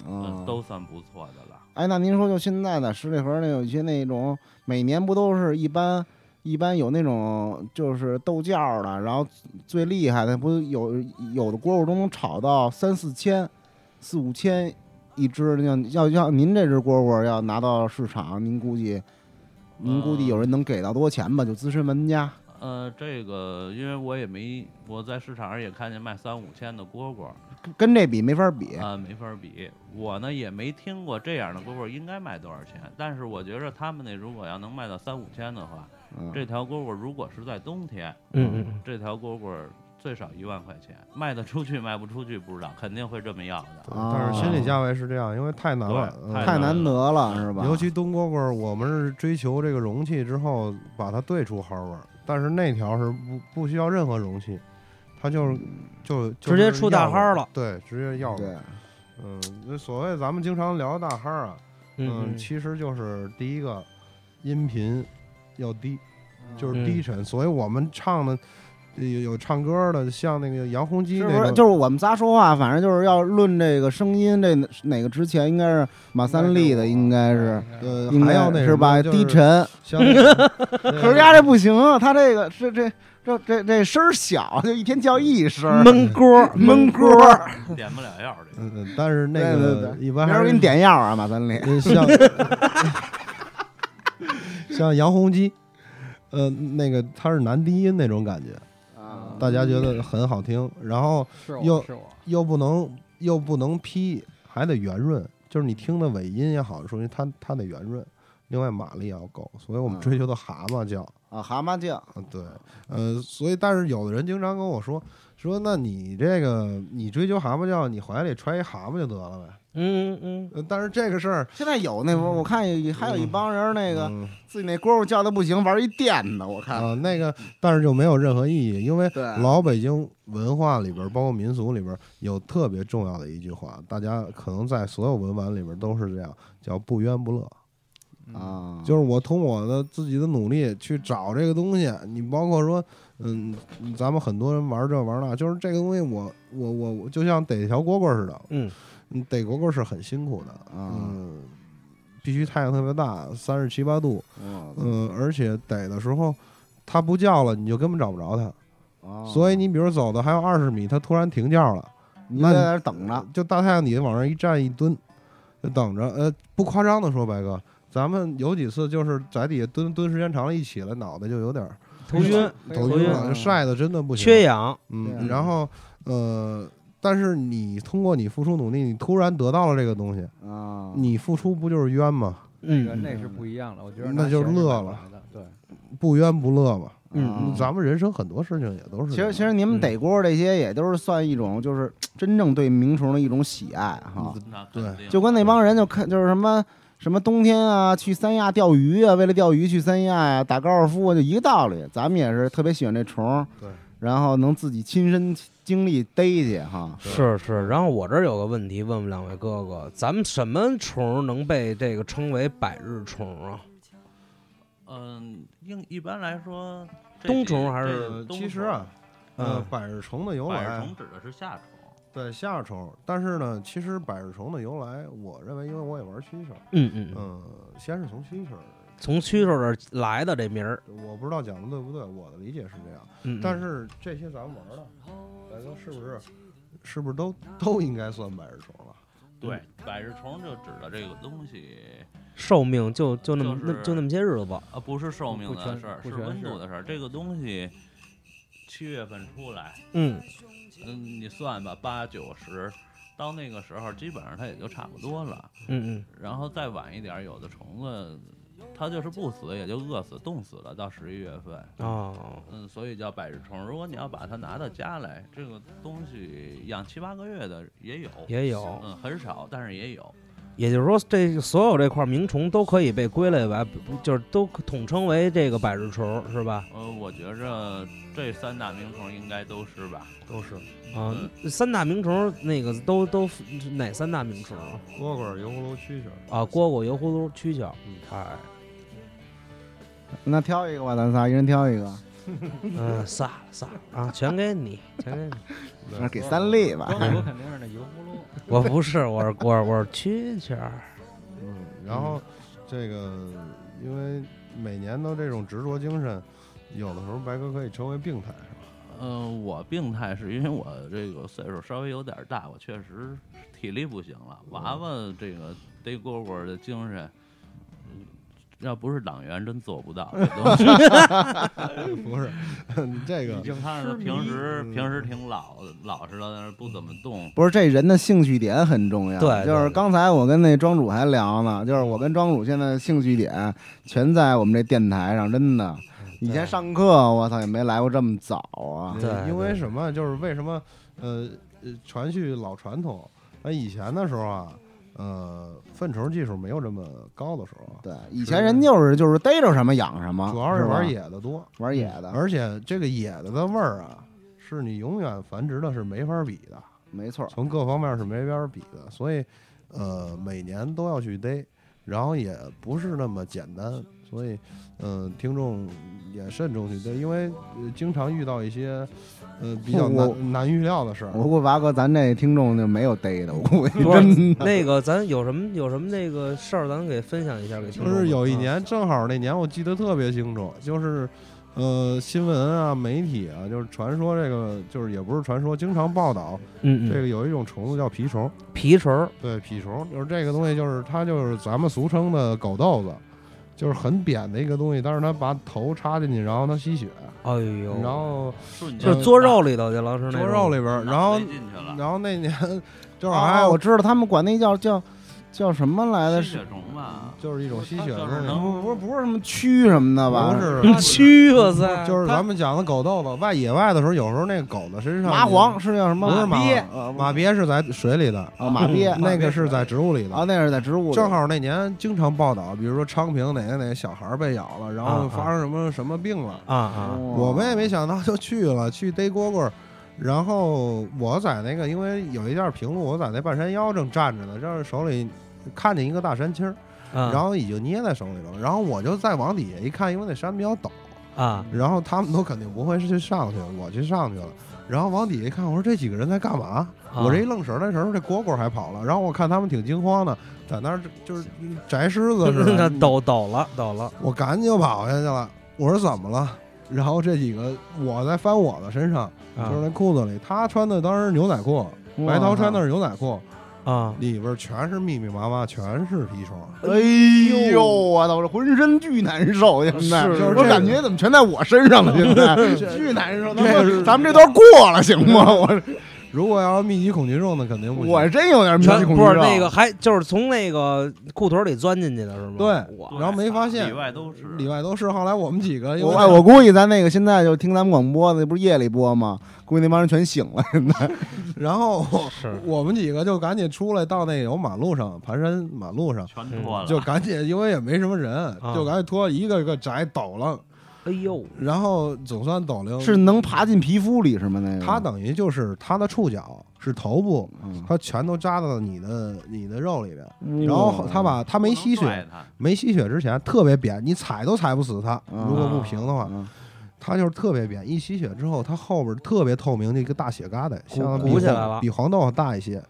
Speaker 2: 嗯，
Speaker 6: 嗯，都算不错的了。
Speaker 2: 哎，那您说就现在的十里河那有一些那种每年不都是一般一般有那种就是斗价儿的，然后最厉害的不有有的蝈蝈都能炒到三四千、四五千一只，要要要您这只蝈蝈要拿到市场，您估计您估计有人能给到多少钱吧？就资深玩家，
Speaker 6: 呃，这个因为我也没我在市场上也看见卖三五千的蝈蝈，
Speaker 2: 跟这比没法比。
Speaker 6: 啊、没法比。我呢也没听过这样的蝈蝈应该卖多少钱，但是我觉着他们那如果要能卖到三五千的话，
Speaker 2: 嗯
Speaker 6: 这条蝈蝈如果是在冬天，
Speaker 1: 嗯嗯
Speaker 6: 这条蝈蝈最少一万块钱，卖得出去卖不出去不知道，肯定会这么要的。
Speaker 5: 但是心理
Speaker 2: 啊
Speaker 5: 价位是这样，因为太难了，嗯
Speaker 6: 太
Speaker 2: 太难得了，是吧？
Speaker 5: 尤其冬蝈蝈，我们是追求这个容器之后把它兑出蒿味儿，但是那条是不不需要任何容器，它就是就
Speaker 1: 直接出大
Speaker 5: 蒿
Speaker 1: 蒿了，
Speaker 5: 对，直接药
Speaker 2: 嗯
Speaker 5: 味
Speaker 2: 对
Speaker 5: 儿。，嗯，那所谓咱们经常聊大蒿啊，嗯，
Speaker 1: 嗯
Speaker 5: 其实就是第一个音频要低，就是
Speaker 1: 嗯
Speaker 5: 低沉，所以我们唱的有有唱歌的，像那个杨洪基
Speaker 2: 是
Speaker 5: 那
Speaker 2: 不是
Speaker 5: 种，
Speaker 2: 就是我们仨说话，反正就是要论这个声音，这哪哪个值钱，应该是马啊三立的，应该是
Speaker 5: 呃，
Speaker 2: 应
Speaker 5: 还
Speaker 2: 该
Speaker 5: 要那
Speaker 2: 是吧？低
Speaker 5: 沉。
Speaker 2: 沉，
Speaker 5: 像那个
Speaker 2: 可 是丫这不行啊，他这个是这这这这声儿小，就一天叫一声儿，
Speaker 1: 闷锅儿
Speaker 2: 闷
Speaker 1: 锅
Speaker 2: 锅
Speaker 1: 儿，
Speaker 2: 儿，
Speaker 6: 点不了药这个。
Speaker 5: 嗯，嗯但是那
Speaker 2: 对
Speaker 5: 个
Speaker 2: 对
Speaker 5: 一
Speaker 2: 没
Speaker 5: 般还
Speaker 2: 人
Speaker 5: 是
Speaker 2: 给你点药啊，马三立。
Speaker 5: 呃像像杨洪基，呃，那个他是男低音那种感觉，
Speaker 2: 啊
Speaker 5: 大家觉得很好听，然后
Speaker 4: 是
Speaker 5: 又
Speaker 4: 我是我，
Speaker 5: 又不能又不能劈，还得圆润，就是你听的尾音也好，说明它它得圆润。另外马力也要够，所以我们
Speaker 2: 嗯
Speaker 5: 追求的蛤蟆叫，
Speaker 2: 啊，蛤蟆叫
Speaker 5: 嗯，对，呃，所以但是有的人经常跟我说，说那你这个你追求蛤蟆叫，你怀里揣一蛤蟆就得了呗，
Speaker 1: 嗯嗯
Speaker 5: 呃但是这个事儿，
Speaker 2: 现在有那我我看有还有一帮人那个
Speaker 5: 嗯
Speaker 2: 自己那蝈蝈叫的不行，玩一电的，我 看
Speaker 5: 啊，那个，但是就没有任何意义，因为
Speaker 2: 对
Speaker 5: 老北京文化里边儿，包括民俗里边儿，有特别重要的一句话，大家可能在所有文玩里边儿都是这样，叫不冤不乐。
Speaker 4: 啊，
Speaker 2: 啊，
Speaker 5: 就是我通我的自己的努力去找这个东西，你包括说，嗯，咱们很多人玩这玩那，就是这个东西我，我我我就像逮条蝈蝈似的，
Speaker 1: 嗯
Speaker 5: 嗯，逮蝈蝈是很辛苦的，
Speaker 2: 啊
Speaker 5: 嗯，必须太阳特别大，三十七八度，
Speaker 2: 嗯，
Speaker 5: 嗯，而且逮的时候，它不叫了，你就根本找不着它。
Speaker 2: 哦
Speaker 5: 所以你比如走的还有二十米，它突然停叫了，
Speaker 2: 你就
Speaker 5: 那
Speaker 2: 在
Speaker 5: 你
Speaker 2: 那儿等着，
Speaker 5: 就大太阳底下往那一站一蹲，就等着。呃，不夸张的说，白哥，咱们有几次就是在底下蹲蹲时间长了，一起来脑袋就有点儿
Speaker 1: 头晕
Speaker 2: 哎
Speaker 5: 头
Speaker 1: 头晕
Speaker 5: 晕了，就晒的真的不行。
Speaker 1: 缺氧，
Speaker 2: 嗯对
Speaker 5: 嗯
Speaker 2: 啊，
Speaker 5: 然后呃，但是你通过你付出努力，你突然得到了这个东西，
Speaker 2: 啊，
Speaker 5: 你付出不就是冤吗？
Speaker 4: 那个
Speaker 1: 嗯
Speaker 4: 那是不一样了，我觉得
Speaker 5: 那
Speaker 4: 拿
Speaker 5: 就
Speaker 4: 钱是
Speaker 5: 乐
Speaker 4: 买不
Speaker 5: 了
Speaker 4: 来的， 对，
Speaker 5: 不冤不乐嘛。
Speaker 1: 嗯
Speaker 2: 啊
Speaker 5: 咱们人生很多事情也都是
Speaker 2: 其
Speaker 5: 这
Speaker 2: 实
Speaker 5: 样。
Speaker 2: 其实你们
Speaker 1: 嗯
Speaker 2: 逮蝈儿这些也都是算一种，就是真正对鸣虫的一种喜爱
Speaker 5: 啊
Speaker 1: 嗯
Speaker 2: 哈，
Speaker 6: 那
Speaker 5: 对
Speaker 6: 肯定
Speaker 2: 就跟那帮人就看就是什么。什么冬天啊，去三亚钓鱼啊，为了钓鱼去三亚呀、打高尔夫啊，就一个道理。咱们也是特别喜欢这虫儿，
Speaker 5: 对
Speaker 2: 然后能自己亲身经历逮去哈。
Speaker 1: 是是。然后我这儿有个问题问问两位哥哥，咱们什么虫能被这个称为百日虫啊？
Speaker 6: 嗯，应一般来说，这
Speaker 1: 冬
Speaker 6: 几
Speaker 1: 虫还
Speaker 6: 这
Speaker 1: 是
Speaker 6: 个
Speaker 5: 呃，
Speaker 6: 冬
Speaker 5: 其实
Speaker 6: 虫
Speaker 5: 啊，呃，
Speaker 1: 嗯
Speaker 5: 百日虫的由
Speaker 6: 百
Speaker 5: 来
Speaker 6: 日
Speaker 5: 啊
Speaker 6: 虫，指的是夏虫，嗯
Speaker 5: 对夏虫，但是呢，其实百日虫的由来，我认为，因为我也玩蛐蛐儿，
Speaker 1: 嗯嗯，嗯，
Speaker 5: 嗯，先是从蛐蛐儿，
Speaker 1: 从蛐蛐儿这儿来的这名儿，
Speaker 5: 我不知道讲的对不对，我的理解是这样，
Speaker 1: 嗯，嗯
Speaker 5: 但是这些咱们玩的，大哥是不是，是不是都都应该算百日虫了？
Speaker 6: 对，百日虫就指的这个东西，
Speaker 1: 寿命就就那么
Speaker 6: 就
Speaker 1: 那
Speaker 6: 是
Speaker 1: 就那么些日子吧。
Speaker 6: 啊，不是寿命
Speaker 4: 不全
Speaker 6: 的事儿，
Speaker 4: 不
Speaker 6: 是
Speaker 4: 全
Speaker 6: 温
Speaker 4: 是
Speaker 6: 度的事儿。这个东西七月份出来，
Speaker 1: 嗯
Speaker 6: 嗯，你算吧，八九十，到那个时候基本上它也就差不多了。
Speaker 1: 嗯
Speaker 6: 然后再晚一点儿，有的虫子它就是不死，也就饿死、冻死了，到十一月份。
Speaker 1: 嗯，哦，
Speaker 6: 嗯，所以叫百日虫。如果你要把它拿到家来，这个东西养七八个月的也有，
Speaker 1: 也有，
Speaker 6: 嗯，很少，但是也有。
Speaker 1: 也就是说，这所有这块鸣虫都可以被归类为，不就是都统称为这个百日虫，是吧？
Speaker 6: 呃，我觉着这三大名虫应该都是吧。
Speaker 5: 都是
Speaker 1: 啊，
Speaker 6: 嗯
Speaker 1: 三大鸣虫那个都都哪三大鸣虫啊？
Speaker 5: 蝈蝈、油葫芦、蛐蛐儿。
Speaker 1: 啊，蝈蝈、油葫芦、蛐蛐儿。哎，
Speaker 2: 那挑一个吧，咱仨一人挑一个，
Speaker 1: 嗯，算了算了啊，全给你，全给你。
Speaker 2: 那给三粒吧。
Speaker 4: 光头肯定是那油葫 芦，
Speaker 1: 我不是，我是我是我是蛐蛐儿。
Speaker 5: 嗯，然后这个因为每年都这种执着精神，有的时候白哥可以称为病态，是吧？
Speaker 6: 嗯，我病态是因为我这个岁数稍微有点儿大，我确实体力不行了。娃娃这个逮蝈蝈的精神，嗯要不是党员真做不到。这东西
Speaker 5: 不是，你这个嗯
Speaker 6: 看着他平时
Speaker 5: 迷
Speaker 6: 平时挺老老实的，但是不怎么动。
Speaker 2: 不是这人的兴趣点很重要，
Speaker 1: 对
Speaker 2: 就是
Speaker 1: 对
Speaker 2: 刚才我跟那庄主还聊呢，就是我跟庄主现在兴趣点全在我们这电台上，真的。以前上课我操也没来过这么早啊，
Speaker 1: 对
Speaker 5: 因为
Speaker 1: 对
Speaker 5: 什么？就是为什么？呃，呃传续老传统。那以前的时候啊，呃，粪虫技术没有这么高的时候啊，
Speaker 2: 对，以前人就是就是逮着什么养什么，
Speaker 5: 主要是
Speaker 2: 啊吧
Speaker 5: 玩野嗯的多，
Speaker 2: 玩野的，
Speaker 5: 而且这个野的的味儿啊，是你永远繁殖的是没法比的，
Speaker 2: 没错，
Speaker 5: 从各方面是没法比的。所以，呃，每年都要去逮，然后也不是那么简单。所以，嗯、听众也慎重去逮，因为、呃经常遇到一些，呃，比较
Speaker 2: 我
Speaker 5: 难难预料的事儿。
Speaker 2: 我估计娃哥咱这听众就没有逮的，我估 计
Speaker 1: 不是
Speaker 2: 真
Speaker 1: 那个，咱有什么有什么那个事儿，咱给分享一下给听
Speaker 5: 就
Speaker 1: 众们。
Speaker 5: 是有一
Speaker 1: 啊
Speaker 5: 年正好那年我记得特别清楚，就是，呃，新闻啊、媒体啊，就是传说这个，就是也不是传说，经常报道
Speaker 1: 嗯
Speaker 5: 这
Speaker 1: 嗯，
Speaker 5: 个有一种虫子叫蜱虫，
Speaker 1: 蜱虫儿，
Speaker 5: 对，蜱虫就是这个东西，就是它就是咱们俗称的狗豆子，就是很扁的一个东西，但是它把头插进去，然后它吸血，
Speaker 1: 哎呦，
Speaker 5: 然后
Speaker 6: 瞬间
Speaker 1: 就是嘬肉里头去了，是那
Speaker 5: 捉
Speaker 1: 种
Speaker 5: 肉里边儿，然
Speaker 6: 脑
Speaker 5: 后
Speaker 6: 子进去了。
Speaker 5: 然后那年正好还
Speaker 2: 啊，
Speaker 5: 有
Speaker 2: 我知道他们管那叫叫叫什么来的？
Speaker 6: 吸
Speaker 2: 是
Speaker 6: 血虫吧？
Speaker 5: 就是一种吸血
Speaker 6: 就是
Speaker 5: 味儿
Speaker 6: 能
Speaker 2: 不是不是什么蛆什么的吧？
Speaker 5: 不是
Speaker 1: 你嗯去哇塞，
Speaker 5: 就是
Speaker 1: 他
Speaker 5: 咱们讲的狗豆子，外野外的时候，有时候那个狗的身上
Speaker 2: 麻黄是叫什么？
Speaker 5: 不是麻
Speaker 2: 鳖
Speaker 5: 黄马鳖呃是在水里的，嗯
Speaker 2: 啊，马鳖
Speaker 5: 那个是在植物里
Speaker 2: 啊，
Speaker 5: 的。
Speaker 2: 那是在植物里。
Speaker 5: 正好那年经常报道，比如说昌平哪个哪个小孩被咬了，然后发生什么什么病了，
Speaker 1: 啊啊，
Speaker 5: 我们也没想到就去了，去逮蝈蝈。然后我在那个，因为有一段平路，我在那半山腰正站着呢，就是手里看见一个大山青儿，
Speaker 1: 啊
Speaker 5: 然后已经捏在手里了。然后我就再往底下一看，因为那山比较陡，
Speaker 1: 啊
Speaker 5: 然后他们都肯定不会是去上去，我去上去了。然后往底下一看，我说这几个人在干嘛？
Speaker 1: 啊
Speaker 5: 我这一愣神儿的时候，这蝈蝈还跑了。然后我看他们挺惊慌的，在那儿就是摘狮子似
Speaker 1: 那
Speaker 5: 的。
Speaker 1: 抖抖了抖了，
Speaker 5: 我赶紧就跑下去了。我说怎么了？然后这几个我在翻我的身上，
Speaker 1: 啊
Speaker 5: 就是那裤子里，他穿的当时是牛仔裤，白涛穿的是牛仔裤，
Speaker 1: 啊
Speaker 5: 里边全是密密麻麻，全是蜱虫。
Speaker 2: 哎呦，我操！我这浑身巨难受，现在
Speaker 5: 是
Speaker 2: 我
Speaker 5: 这个
Speaker 2: 感觉怎么全在我身上了？现在巨难受。咱
Speaker 5: 这
Speaker 2: 们
Speaker 5: 是
Speaker 2: 咱们这段过了行吗？我
Speaker 5: 如果要是密集恐惧症呢，肯定不行。
Speaker 2: 我真有点面
Speaker 1: 全
Speaker 2: 恐
Speaker 1: 不
Speaker 2: 惧
Speaker 1: 是
Speaker 2: 症。
Speaker 1: 那个，还就是从那个裤腿里钻进去的是吗？
Speaker 5: 对
Speaker 1: 哇
Speaker 5: 然后没发现
Speaker 6: 里外都是
Speaker 5: 里外都是。后来我们几个，因 为
Speaker 2: 我哎，我估计咱那个现在就听咱们广播的，不是夜里播吗？估计那帮人全醒了，现在
Speaker 5: 然后 我
Speaker 1: 是
Speaker 5: 我们几个就赶紧出来到那有马路上，盘山马路上，
Speaker 6: 全脱了，
Speaker 5: 就赶紧，因为也没什么人，
Speaker 2: 啊
Speaker 5: 就赶紧拖一个一个摘抖了，
Speaker 1: 哎呦，
Speaker 5: 然后总算抖了。
Speaker 2: 是能爬进皮肤里是吗？那个
Speaker 5: 它等于就是它的触角是头部，
Speaker 2: 嗯
Speaker 5: 它全都扎到你的你的肉里边，
Speaker 2: 嗯
Speaker 5: 然后它把它
Speaker 6: 不
Speaker 5: 没
Speaker 6: 能
Speaker 5: 吸
Speaker 6: 拽
Speaker 1: 嗯
Speaker 5: 血，
Speaker 6: 它，
Speaker 5: 没吸血之前特别扁，你踩都踩不死它。
Speaker 2: 嗯
Speaker 5: 如果不平的话，
Speaker 2: 嗯
Speaker 5: 它就是特别扁，一吸血之后，它后边特别透明的一个大血疙瘩，像
Speaker 1: 鼓
Speaker 5: 比
Speaker 1: 起来
Speaker 5: 黄
Speaker 1: 了
Speaker 5: 比黄豆大一些，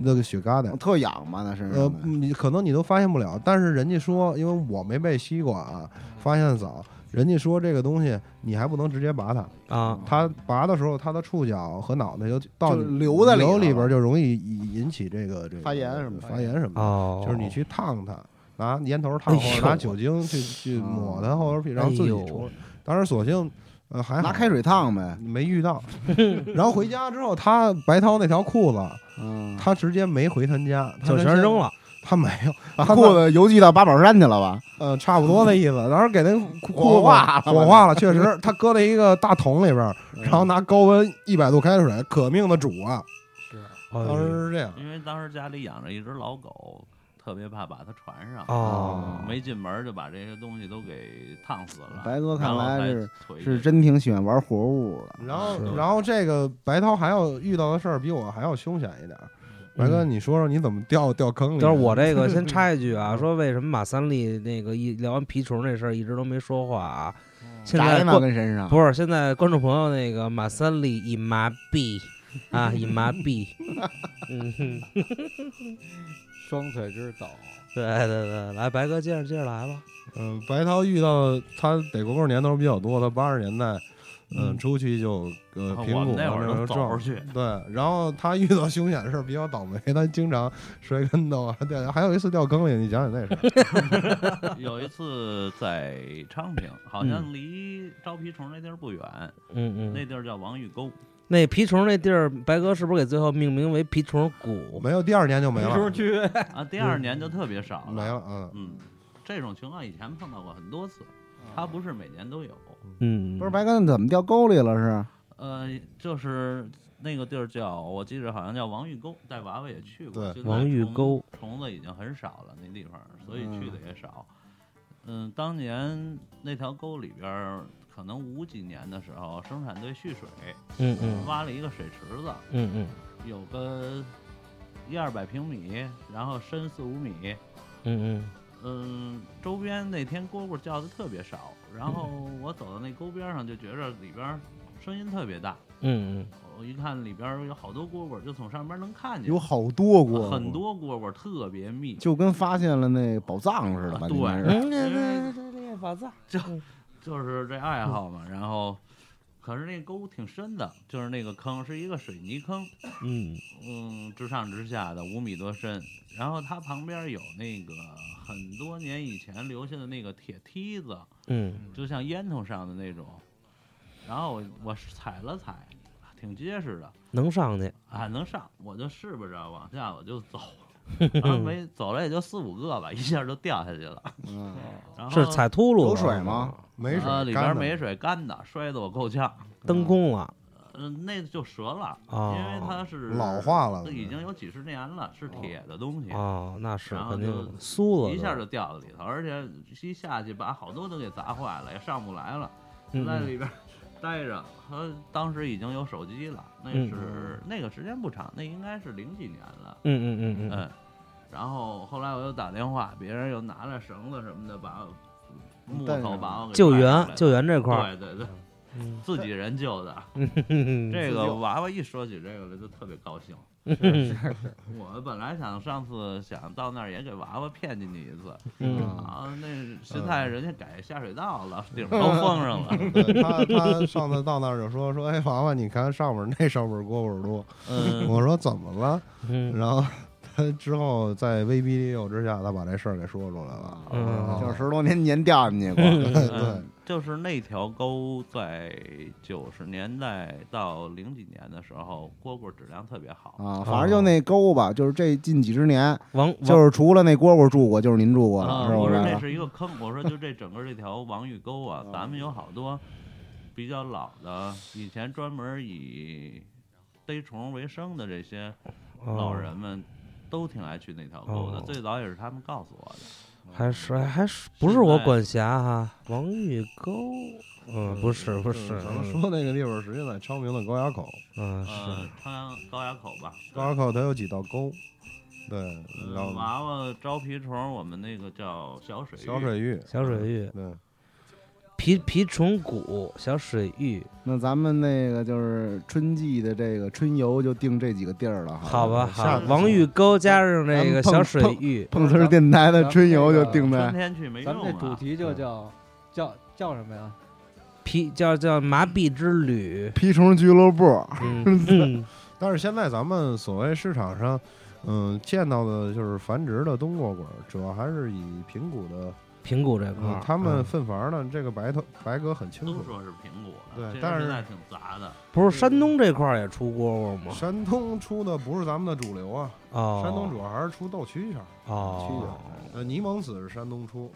Speaker 5: 那个血疙瘩。
Speaker 2: 特痒嘛，那身
Speaker 5: 呃
Speaker 2: 上，
Speaker 5: 你可能你都发现不了，但是人家说，因为我没被吸过啊，发现的早。人家说这个东西你还不能直接拔它，
Speaker 1: 啊
Speaker 5: 它拔的时候，它的触角和脑袋就到
Speaker 2: 就
Speaker 5: 你
Speaker 2: 留在里
Speaker 5: 流
Speaker 2: 头
Speaker 5: 里
Speaker 2: 了
Speaker 5: 边就容易引引起这个这个
Speaker 2: 发炎什么的
Speaker 5: 发炎什么
Speaker 1: 哦
Speaker 5: 的，，就是你去烫它，拿烟头烫
Speaker 1: 哎
Speaker 5: 或者
Speaker 1: 呦
Speaker 5: 拿酒精去去抹它，或者然后自己冲。当时索性呃还好
Speaker 2: 啊拿开水烫呗。
Speaker 5: 没遇到， 然后回家之后，他白涛那条裤子，
Speaker 2: 嗯，
Speaker 5: 他直接没回他家，他
Speaker 1: 就
Speaker 5: 跟
Speaker 1: 全
Speaker 5: 现
Speaker 1: 扔，了，
Speaker 5: 他没有，他
Speaker 2: 裤子邮寄到八宝山去了吧？
Speaker 5: 呃，差不多的意思。然后给那裤裤
Speaker 2: 火
Speaker 5: 子
Speaker 2: 化了
Speaker 5: 火化了，确实， 他搁在一个大桶里边儿，然后拿高温一百度开水可命的煮啊。
Speaker 1: 哎
Speaker 5: 当
Speaker 1: 呦
Speaker 5: 时是这样，
Speaker 6: 因为当时家里养着一只老狗，特别怕把它传上，
Speaker 1: 哦，
Speaker 6: 没进门就把这些东西都给烫死了。
Speaker 2: 白哥看
Speaker 6: 然后
Speaker 2: 来
Speaker 6: 才
Speaker 2: 是
Speaker 6: 腿
Speaker 2: 是
Speaker 6: 去
Speaker 2: 真挺喜欢玩活物的。
Speaker 5: 然后
Speaker 1: 是
Speaker 5: 然后这个白涛还要遇到的事儿比我还要凶险一点儿。白哥，
Speaker 1: 嗯
Speaker 5: 你说说你怎么掉掉坑里？
Speaker 1: 就是我这个先插一句啊，说为什么马三立那个一聊完皮虫这事儿一直都没说话啊？现
Speaker 2: 宅
Speaker 1: 在
Speaker 2: 嘛
Speaker 1: 观
Speaker 2: 跟身上，
Speaker 1: 不是现在观众朋友那个马三立已麻痹 啊，已麻痹。嗯，哼
Speaker 4: 双腿之倒，
Speaker 1: 对对对，来白哥接着接着来吧。
Speaker 5: 嗯，白涛遇到他逮蝈蝈年头比较多，他八十年代，嗯，
Speaker 1: 嗯
Speaker 5: 出去就呃
Speaker 6: 啊
Speaker 5: 平
Speaker 6: 我
Speaker 5: 谷
Speaker 6: 们那会儿
Speaker 5: 时候
Speaker 6: 都走
Speaker 5: 撞
Speaker 6: 出去，
Speaker 5: 对，然后他遇到凶险的事儿比较倒霉，他经常摔跟头啊，掉，还有一次掉坑里，你想想那事儿。
Speaker 6: 有一次在昌平，好像离招蜱虫那地儿不远，
Speaker 1: 嗯
Speaker 6: 那
Speaker 1: 嗯，
Speaker 6: 地儿叫王峪沟，
Speaker 1: 那皮虫那地儿，白哥是不是给最后命名为皮虫谷？
Speaker 5: 没有，第二年 就没
Speaker 4: 没时候
Speaker 5: 了，
Speaker 4: 去
Speaker 6: 啊，第二年就特别少
Speaker 5: 没了，嗯。
Speaker 6: 嗯，这种情况以前碰到过很多次，它不是每年都有。
Speaker 1: 嗯，
Speaker 2: 不是白哥那怎么掉沟里了是？
Speaker 6: 呃，就是那个地儿叫，我记着好像叫王峪沟，带娃娃也去过。
Speaker 5: 对
Speaker 6: 现在
Speaker 1: 王峪
Speaker 6: 虫
Speaker 1: 沟
Speaker 6: 虫子已经很少了，那地方，所以去的也少。嗯、当年那条沟里边儿，可能五几年的时候，生产队蓄水，
Speaker 1: 嗯嗯
Speaker 6: 挖了一个水池子，
Speaker 1: 嗯嗯
Speaker 6: 有个一二百平米，然后深四五米。
Speaker 1: 嗯
Speaker 6: 嗯，周边那天蝈蝈叫的特别少，然 后我走到那沟边上就觉着里边儿声音特别大，
Speaker 1: 嗯嗯
Speaker 6: 我一看里边儿有好多蝈蝈，就从上边能看见，
Speaker 2: 有好多
Speaker 6: 啊
Speaker 2: 过，
Speaker 6: 很，多蝈蝈特别密，
Speaker 2: 就跟发现了那宝藏似的吧？
Speaker 6: 啊对
Speaker 2: 应该是
Speaker 1: 嗯，那那那嗯宝藏，
Speaker 6: 就是这爱好嘛。然后，可是那沟挺深的，就是那个坑是一个水泥坑，
Speaker 1: 嗯
Speaker 6: 嗯，直上直下的五米多深。然后它旁边有那个很多年以前留下的那个铁梯子，
Speaker 1: 嗯
Speaker 6: 就像烟囱上的那种。然后我我踩了踩，挺结实的，
Speaker 1: 能上去
Speaker 6: 啊，能上，我就试不着往下，我就走。然后没走了也就四五个吧，一下就掉下去了。
Speaker 2: 嗯，
Speaker 6: 然后
Speaker 1: 是踩秃噜
Speaker 2: 有水
Speaker 1: 了
Speaker 2: 吗？
Speaker 5: 嗯没水，
Speaker 6: 呃，里
Speaker 5: 干
Speaker 6: 边
Speaker 5: 的
Speaker 6: 没水，干的，摔得我够呛。
Speaker 1: 蹬弓了
Speaker 6: 嗯、那就折了，
Speaker 1: 啊
Speaker 6: 因为它是
Speaker 5: 哦老化哦了
Speaker 6: 已经有几十年了，是铁的东西，
Speaker 1: 啊，那是
Speaker 6: 然后
Speaker 1: 肯
Speaker 6: 就
Speaker 1: 定酥了，
Speaker 6: 一下就掉里头，而且一下去把好多都给砸坏了，也上不来了，
Speaker 1: 嗯
Speaker 6: 就在
Speaker 1: 嗯
Speaker 6: 里边待着。他当时已经有手机了，那
Speaker 1: 嗯
Speaker 6: 是、那个时间不长，那应该是零几年了。
Speaker 1: 嗯嗯嗯嗯
Speaker 6: 嗯，然后后来我又打电话，别人又拿了绳子什么的，把我木
Speaker 5: 带
Speaker 6: 头
Speaker 5: 上
Speaker 6: 把我给
Speaker 1: 救
Speaker 6: 拽上
Speaker 1: 援
Speaker 6: 来
Speaker 1: 救援这块儿，
Speaker 6: 对对对，
Speaker 1: 嗯
Speaker 6: 自己人救的。这个娃娃一说起这个来就特别高兴。我本来想上次想到那儿也给娃娃骗进去一次，
Speaker 1: 嗯
Speaker 2: 嗯
Speaker 6: 啊，那现在人家改下水道 了，顶儿都封上了。
Speaker 5: 对他他上次到那儿就说说，哎，娃娃，你看上面那上面蝈蝈多。
Speaker 6: 嗯，
Speaker 5: 我说怎么了？
Speaker 1: 嗯，
Speaker 5: 然后他之后在威逼利诱之下，他把这事儿给说出来了。
Speaker 1: 嗯
Speaker 2: 就是十多年前掉进去过，
Speaker 6: 嗯 就是那条沟在九十年代到零几年的时候，蝈蝈质量特别好。
Speaker 2: 啊，反正就那沟吧，就是这近几十年，
Speaker 1: 王
Speaker 2: 就是除了那蝈蝈住过，就是您住过了，
Speaker 6: 啊，
Speaker 2: 是
Speaker 6: 我
Speaker 2: 不
Speaker 6: 说这
Speaker 2: 是？
Speaker 6: 是一个坑，我说就这整个这条王峪沟 啊，咱们有好多比较老的，以前专门以逮虫为生的这些
Speaker 1: 王
Speaker 6: 老
Speaker 1: 哦
Speaker 6: 人们都挺爱去那条沟的，
Speaker 1: 哦
Speaker 6: 最早也是他们告诉我的。
Speaker 1: 还是哎还是不是我管辖哈？王玉沟，嗯，不是不是，
Speaker 5: 咱
Speaker 6: 嗯
Speaker 5: 们说那个地方实际在昌平的高崖口，
Speaker 1: 嗯
Speaker 6: 呃
Speaker 1: 是，
Speaker 6: 朝阳高崖口吧，
Speaker 5: 高崖口它有几道沟，对，
Speaker 6: 呃
Speaker 5: 然后
Speaker 6: 娃娃招皮虫，我们那个叫小水
Speaker 5: 小
Speaker 6: 玉
Speaker 5: 水峪，
Speaker 1: 小水玉、
Speaker 5: 对，
Speaker 1: 皮皮虫谷、小水玉，
Speaker 2: 那咱们那个就是春季的这个春游就定这几个地儿了，
Speaker 1: 好吧
Speaker 5: 下
Speaker 1: 好
Speaker 5: 次，
Speaker 1: 王玉沟加上
Speaker 2: 咱
Speaker 1: 那
Speaker 2: 们
Speaker 1: 个
Speaker 2: 碰
Speaker 1: 小水
Speaker 2: 碰
Speaker 1: 玉，
Speaker 2: 碰瓷儿电台的春游就定
Speaker 6: 春
Speaker 5: 哎
Speaker 2: 在
Speaker 6: 天去没
Speaker 4: 咱们
Speaker 6: 用
Speaker 4: 这主
Speaker 6: 啊。
Speaker 4: 题就叫叫叫什么呀？
Speaker 1: 皮叫叫麻痹之旅，
Speaker 2: 皮虫俱乐部。
Speaker 1: 嗯嗯
Speaker 5: 但是现在咱们所谓市场上，嗯，见到的就是繁殖的冬蝈蝈，主要还是以平谷的，
Speaker 1: 平谷这块
Speaker 5: 嗯
Speaker 1: 儿，
Speaker 5: 他们
Speaker 1: 嗯
Speaker 5: 分伐呢，这个白头白哥很清
Speaker 6: 都
Speaker 5: 楚。
Speaker 6: 说是平谷的，
Speaker 5: 对
Speaker 6: 这个
Speaker 5: 但是
Speaker 6: 现在挺杂的。
Speaker 1: 不是山东这块儿也出蝈蝈吗？
Speaker 5: 山东出的不是咱们的主流啊，
Speaker 1: 哦，
Speaker 5: 山东主要还是出豆蛐蛐儿。
Speaker 1: 哦，
Speaker 5: 呃，泥蒙子是山东出，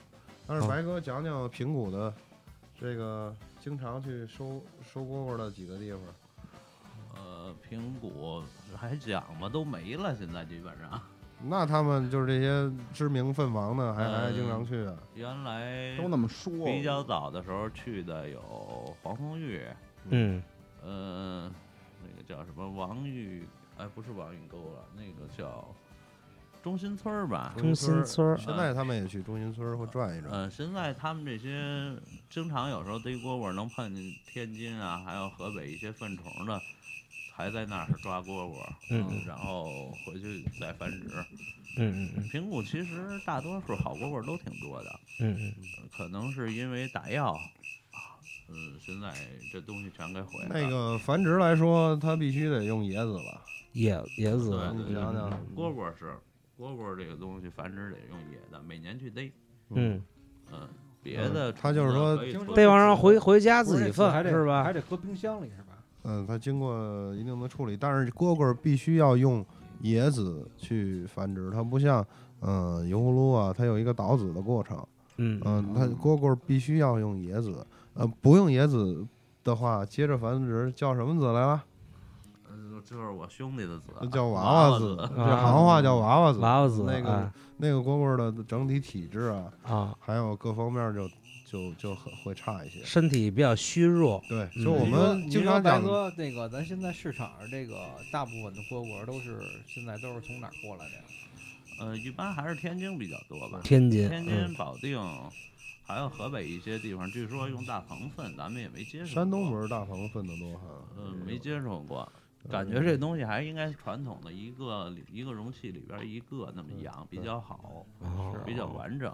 Speaker 5: 但是
Speaker 1: 哦
Speaker 5: 白哥讲讲平谷的这个经常去收收蝈蝈的几个地方。
Speaker 6: 呃，平谷还讲吗？都没了，现在基本上。
Speaker 5: 那他们就是这些知名分房的，还还
Speaker 6: 嗯
Speaker 5: 经常去啊。
Speaker 6: 原来
Speaker 2: 都那么说，
Speaker 6: 比较早的时候去的有黄蜂峪，
Speaker 1: 嗯
Speaker 6: 呃，那个叫什么王峪，哎，不是王峪沟了，那个叫中心村儿吧。
Speaker 1: 中心村儿
Speaker 5: 现在他们也去中心村儿会转一转。
Speaker 6: 呃，现在他们这些经常有时候逮蝈蝈能碰见天津啊，还有河北一些粪虫的，还在那儿抓蝈蝈，
Speaker 1: 嗯嗯
Speaker 6: 然后回去再繁殖。
Speaker 1: 嗯嗯
Speaker 6: 平谷其实大多数好蝈蝈都挺多的，
Speaker 1: 嗯嗯
Speaker 6: 可能是因为打药，啊嗯，现在这东西全给毁了。
Speaker 5: 那个繁殖来说，它必须得用椰子了。
Speaker 1: 野野子，
Speaker 6: 对嗯
Speaker 5: 你想想，
Speaker 6: 蝈蝈是蝈蝈这个东西繁殖得用野的，每年去逮，
Speaker 1: 嗯，
Speaker 6: 嗯，别的
Speaker 5: 它就是
Speaker 6: 虫
Speaker 5: 说
Speaker 6: 子可以
Speaker 4: 听
Speaker 6: 做
Speaker 1: 得往上回回家
Speaker 4: 不
Speaker 1: 自
Speaker 4: 是
Speaker 1: 己
Speaker 4: 那还
Speaker 1: 分
Speaker 4: 得
Speaker 1: 是吧
Speaker 4: 还？得搁冰箱里是吧？
Speaker 5: 嗯，它经过一定的处理，但是蝈蝈必须要用野子去繁殖，它不像嗯油葫芦啊，它有一个倒子的过程。
Speaker 1: 嗯
Speaker 5: 嗯，它蝈蝈必须要用野子，呃，不用野子的话，接着繁殖叫什么子来了？
Speaker 6: 呃就是我兄弟的子，啊
Speaker 5: 那叫
Speaker 6: 呃娃
Speaker 5: 娃
Speaker 6: 娃
Speaker 5: 子，
Speaker 6: 子
Speaker 5: 这行话叫娃娃子。
Speaker 1: 娃娃子
Speaker 5: 那个
Speaker 1: 啊
Speaker 5: 那个蝈蝈的整体体质啊，
Speaker 1: 啊，
Speaker 5: 还有各方面就就就很会差一些。
Speaker 1: 身体比较虚弱，
Speaker 5: 对，
Speaker 1: 嗯
Speaker 5: 就我
Speaker 4: 你说
Speaker 5: 们
Speaker 4: 你
Speaker 5: 经
Speaker 4: 说
Speaker 5: 常
Speaker 4: 白
Speaker 5: 讲，
Speaker 4: 哥那个，咱现在市场上这个大部分的蝈蝈都是现在都是从哪儿过来的呀？
Speaker 6: 呃，一般还是天津比较多吧，
Speaker 1: 天津，
Speaker 6: 天津
Speaker 1: 嗯、
Speaker 6: 保定，还有河北一些地方，据说用大棚粪，咱们也没接触过。
Speaker 5: 山东不嗯是大棚分的多哈？
Speaker 6: 嗯，没接触过，感觉这东西还应该是传统的一个里一个容器里边一个那么
Speaker 5: 嗯
Speaker 6: 养比较好，
Speaker 1: 哦
Speaker 6: 比较完整。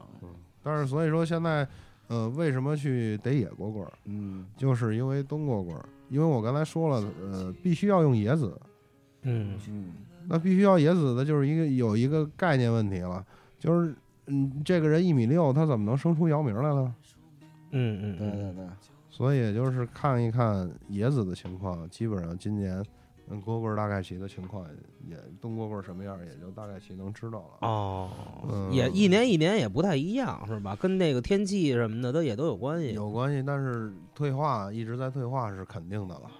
Speaker 5: 但是所以说现在，呃，为什么去逮野蝈蝈儿？
Speaker 2: 嗯，
Speaker 5: 就是因为冬蝈蝈儿，因为我刚才说了，呃，必须要用野子。
Speaker 1: 嗯
Speaker 2: 嗯
Speaker 5: 那必须要野子的，就是一个有一个概念问题了，就是嗯，这个人一米六，他怎么能生出姚明来了？
Speaker 1: 嗯嗯，
Speaker 2: 对对对，
Speaker 5: 所以就是看一看野子的情况，基本上今年，嗯，蝈蝈大概其的情况也，东蝈蝈什么样儿，也就大概其能知道了。
Speaker 1: 哦，
Speaker 5: 嗯
Speaker 1: 也一年一年也不太一样，是吧？跟那个天气什么的都也都有关系。
Speaker 5: 有关系，但是退化一直在退化是肯定的了。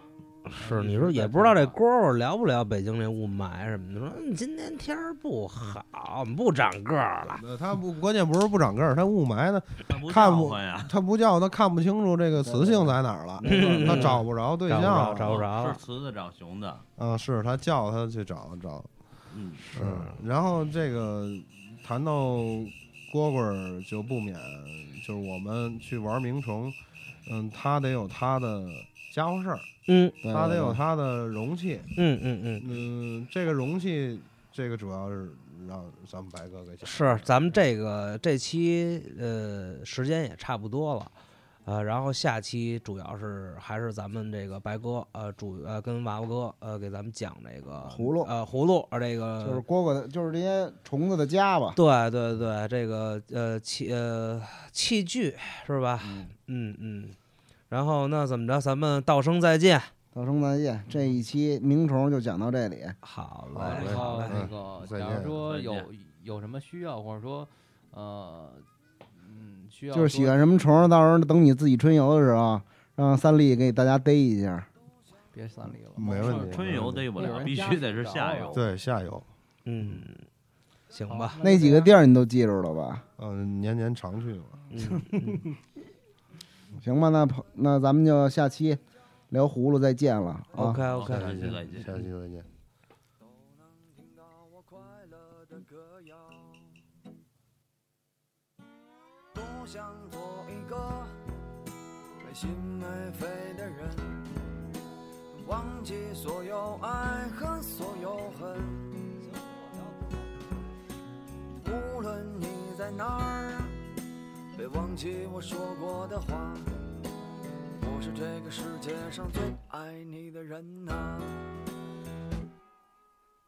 Speaker 1: 是，你说也不知道这蝈蝈聊不聊北京这雾霾什么的，说嗯今天天儿不好，不长个儿了。
Speaker 5: 那它不，关键不是不长个儿，它雾霾呢，
Speaker 6: 看不
Speaker 5: 看
Speaker 6: 上
Speaker 5: 不
Speaker 6: 我呀，
Speaker 5: 它不叫它看不清楚这个雌性在哪儿了，
Speaker 1: 嗯
Speaker 5: 它找不着对
Speaker 1: 找
Speaker 5: 象啊
Speaker 1: 不着找
Speaker 5: 了。
Speaker 1: 不着
Speaker 6: 是雌的找雄的，
Speaker 5: 啊，是它叫它去找找。
Speaker 6: 嗯，
Speaker 5: 是，然后这个谈到蝈蝈儿就不免就是我们去玩鸣虫，嗯，它得有它的家伙事儿，
Speaker 1: 嗯
Speaker 2: 对
Speaker 5: 它得有
Speaker 2: 对
Speaker 5: 它的容器。
Speaker 1: 嗯嗯嗯，
Speaker 5: 嗯，这个容器，这个主要是让咱们白哥给讲。
Speaker 1: 是，咱们这个这期呃时间也差不多了，呃，然后下期主要是还是咱们这个白哥呃主呃跟娃娃哥呃给咱们讲这个
Speaker 2: 葫芦
Speaker 1: 呃葫芦呃这个
Speaker 2: 就是蝈蝈的，就是这些虫子的家吧。
Speaker 1: 对对对，这个呃器呃器具是吧？嗯嗯，然后那怎么着，咱们道声再见。
Speaker 2: 道声再见，这一期鸣虫就讲到这里。
Speaker 1: 好嘞，
Speaker 5: 好嘞
Speaker 4: 然
Speaker 1: 好
Speaker 4: 后
Speaker 1: 嘞，
Speaker 4: 那个，
Speaker 5: 嗯再
Speaker 4: 假如
Speaker 5: 见
Speaker 4: 说
Speaker 6: 再见
Speaker 4: 有有什么需要，或者说呃，嗯，需要
Speaker 2: 就是喜
Speaker 4: 说
Speaker 2: 欢什么虫，到时候等你自己春游的时候，让三立给大家逮一下。
Speaker 4: 别三里了，
Speaker 5: 没问题
Speaker 6: 春游逮不
Speaker 4: 有
Speaker 6: 了，
Speaker 4: 人
Speaker 6: 必
Speaker 4: 家
Speaker 6: 须得是
Speaker 4: 找
Speaker 6: 夏
Speaker 4: 我
Speaker 6: 游。
Speaker 5: 对，下游，
Speaker 1: 嗯，行
Speaker 4: 好
Speaker 1: 吧，
Speaker 2: 那几
Speaker 4: 就
Speaker 2: 个
Speaker 4: 这样
Speaker 2: 地儿你都记住了吧？
Speaker 5: 嗯，年年常去嘛。
Speaker 1: 嗯嗯
Speaker 2: 行吧，那朋那咱们就下期聊葫芦再见了啊。
Speaker 1: ，OK OK，
Speaker 6: 下期再见
Speaker 5: 下期再见。
Speaker 3: 都能听到我快乐的歌谣。多想做一个没心没肺的人，忘记所有爱和所有恨。无论你在哪儿，别忘记我说过的话。我是这个世界上最爱你的人啊。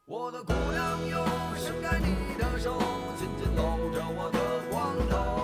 Speaker 3: 我的姑娘哟，伸开你的手，紧紧搂着我的光头。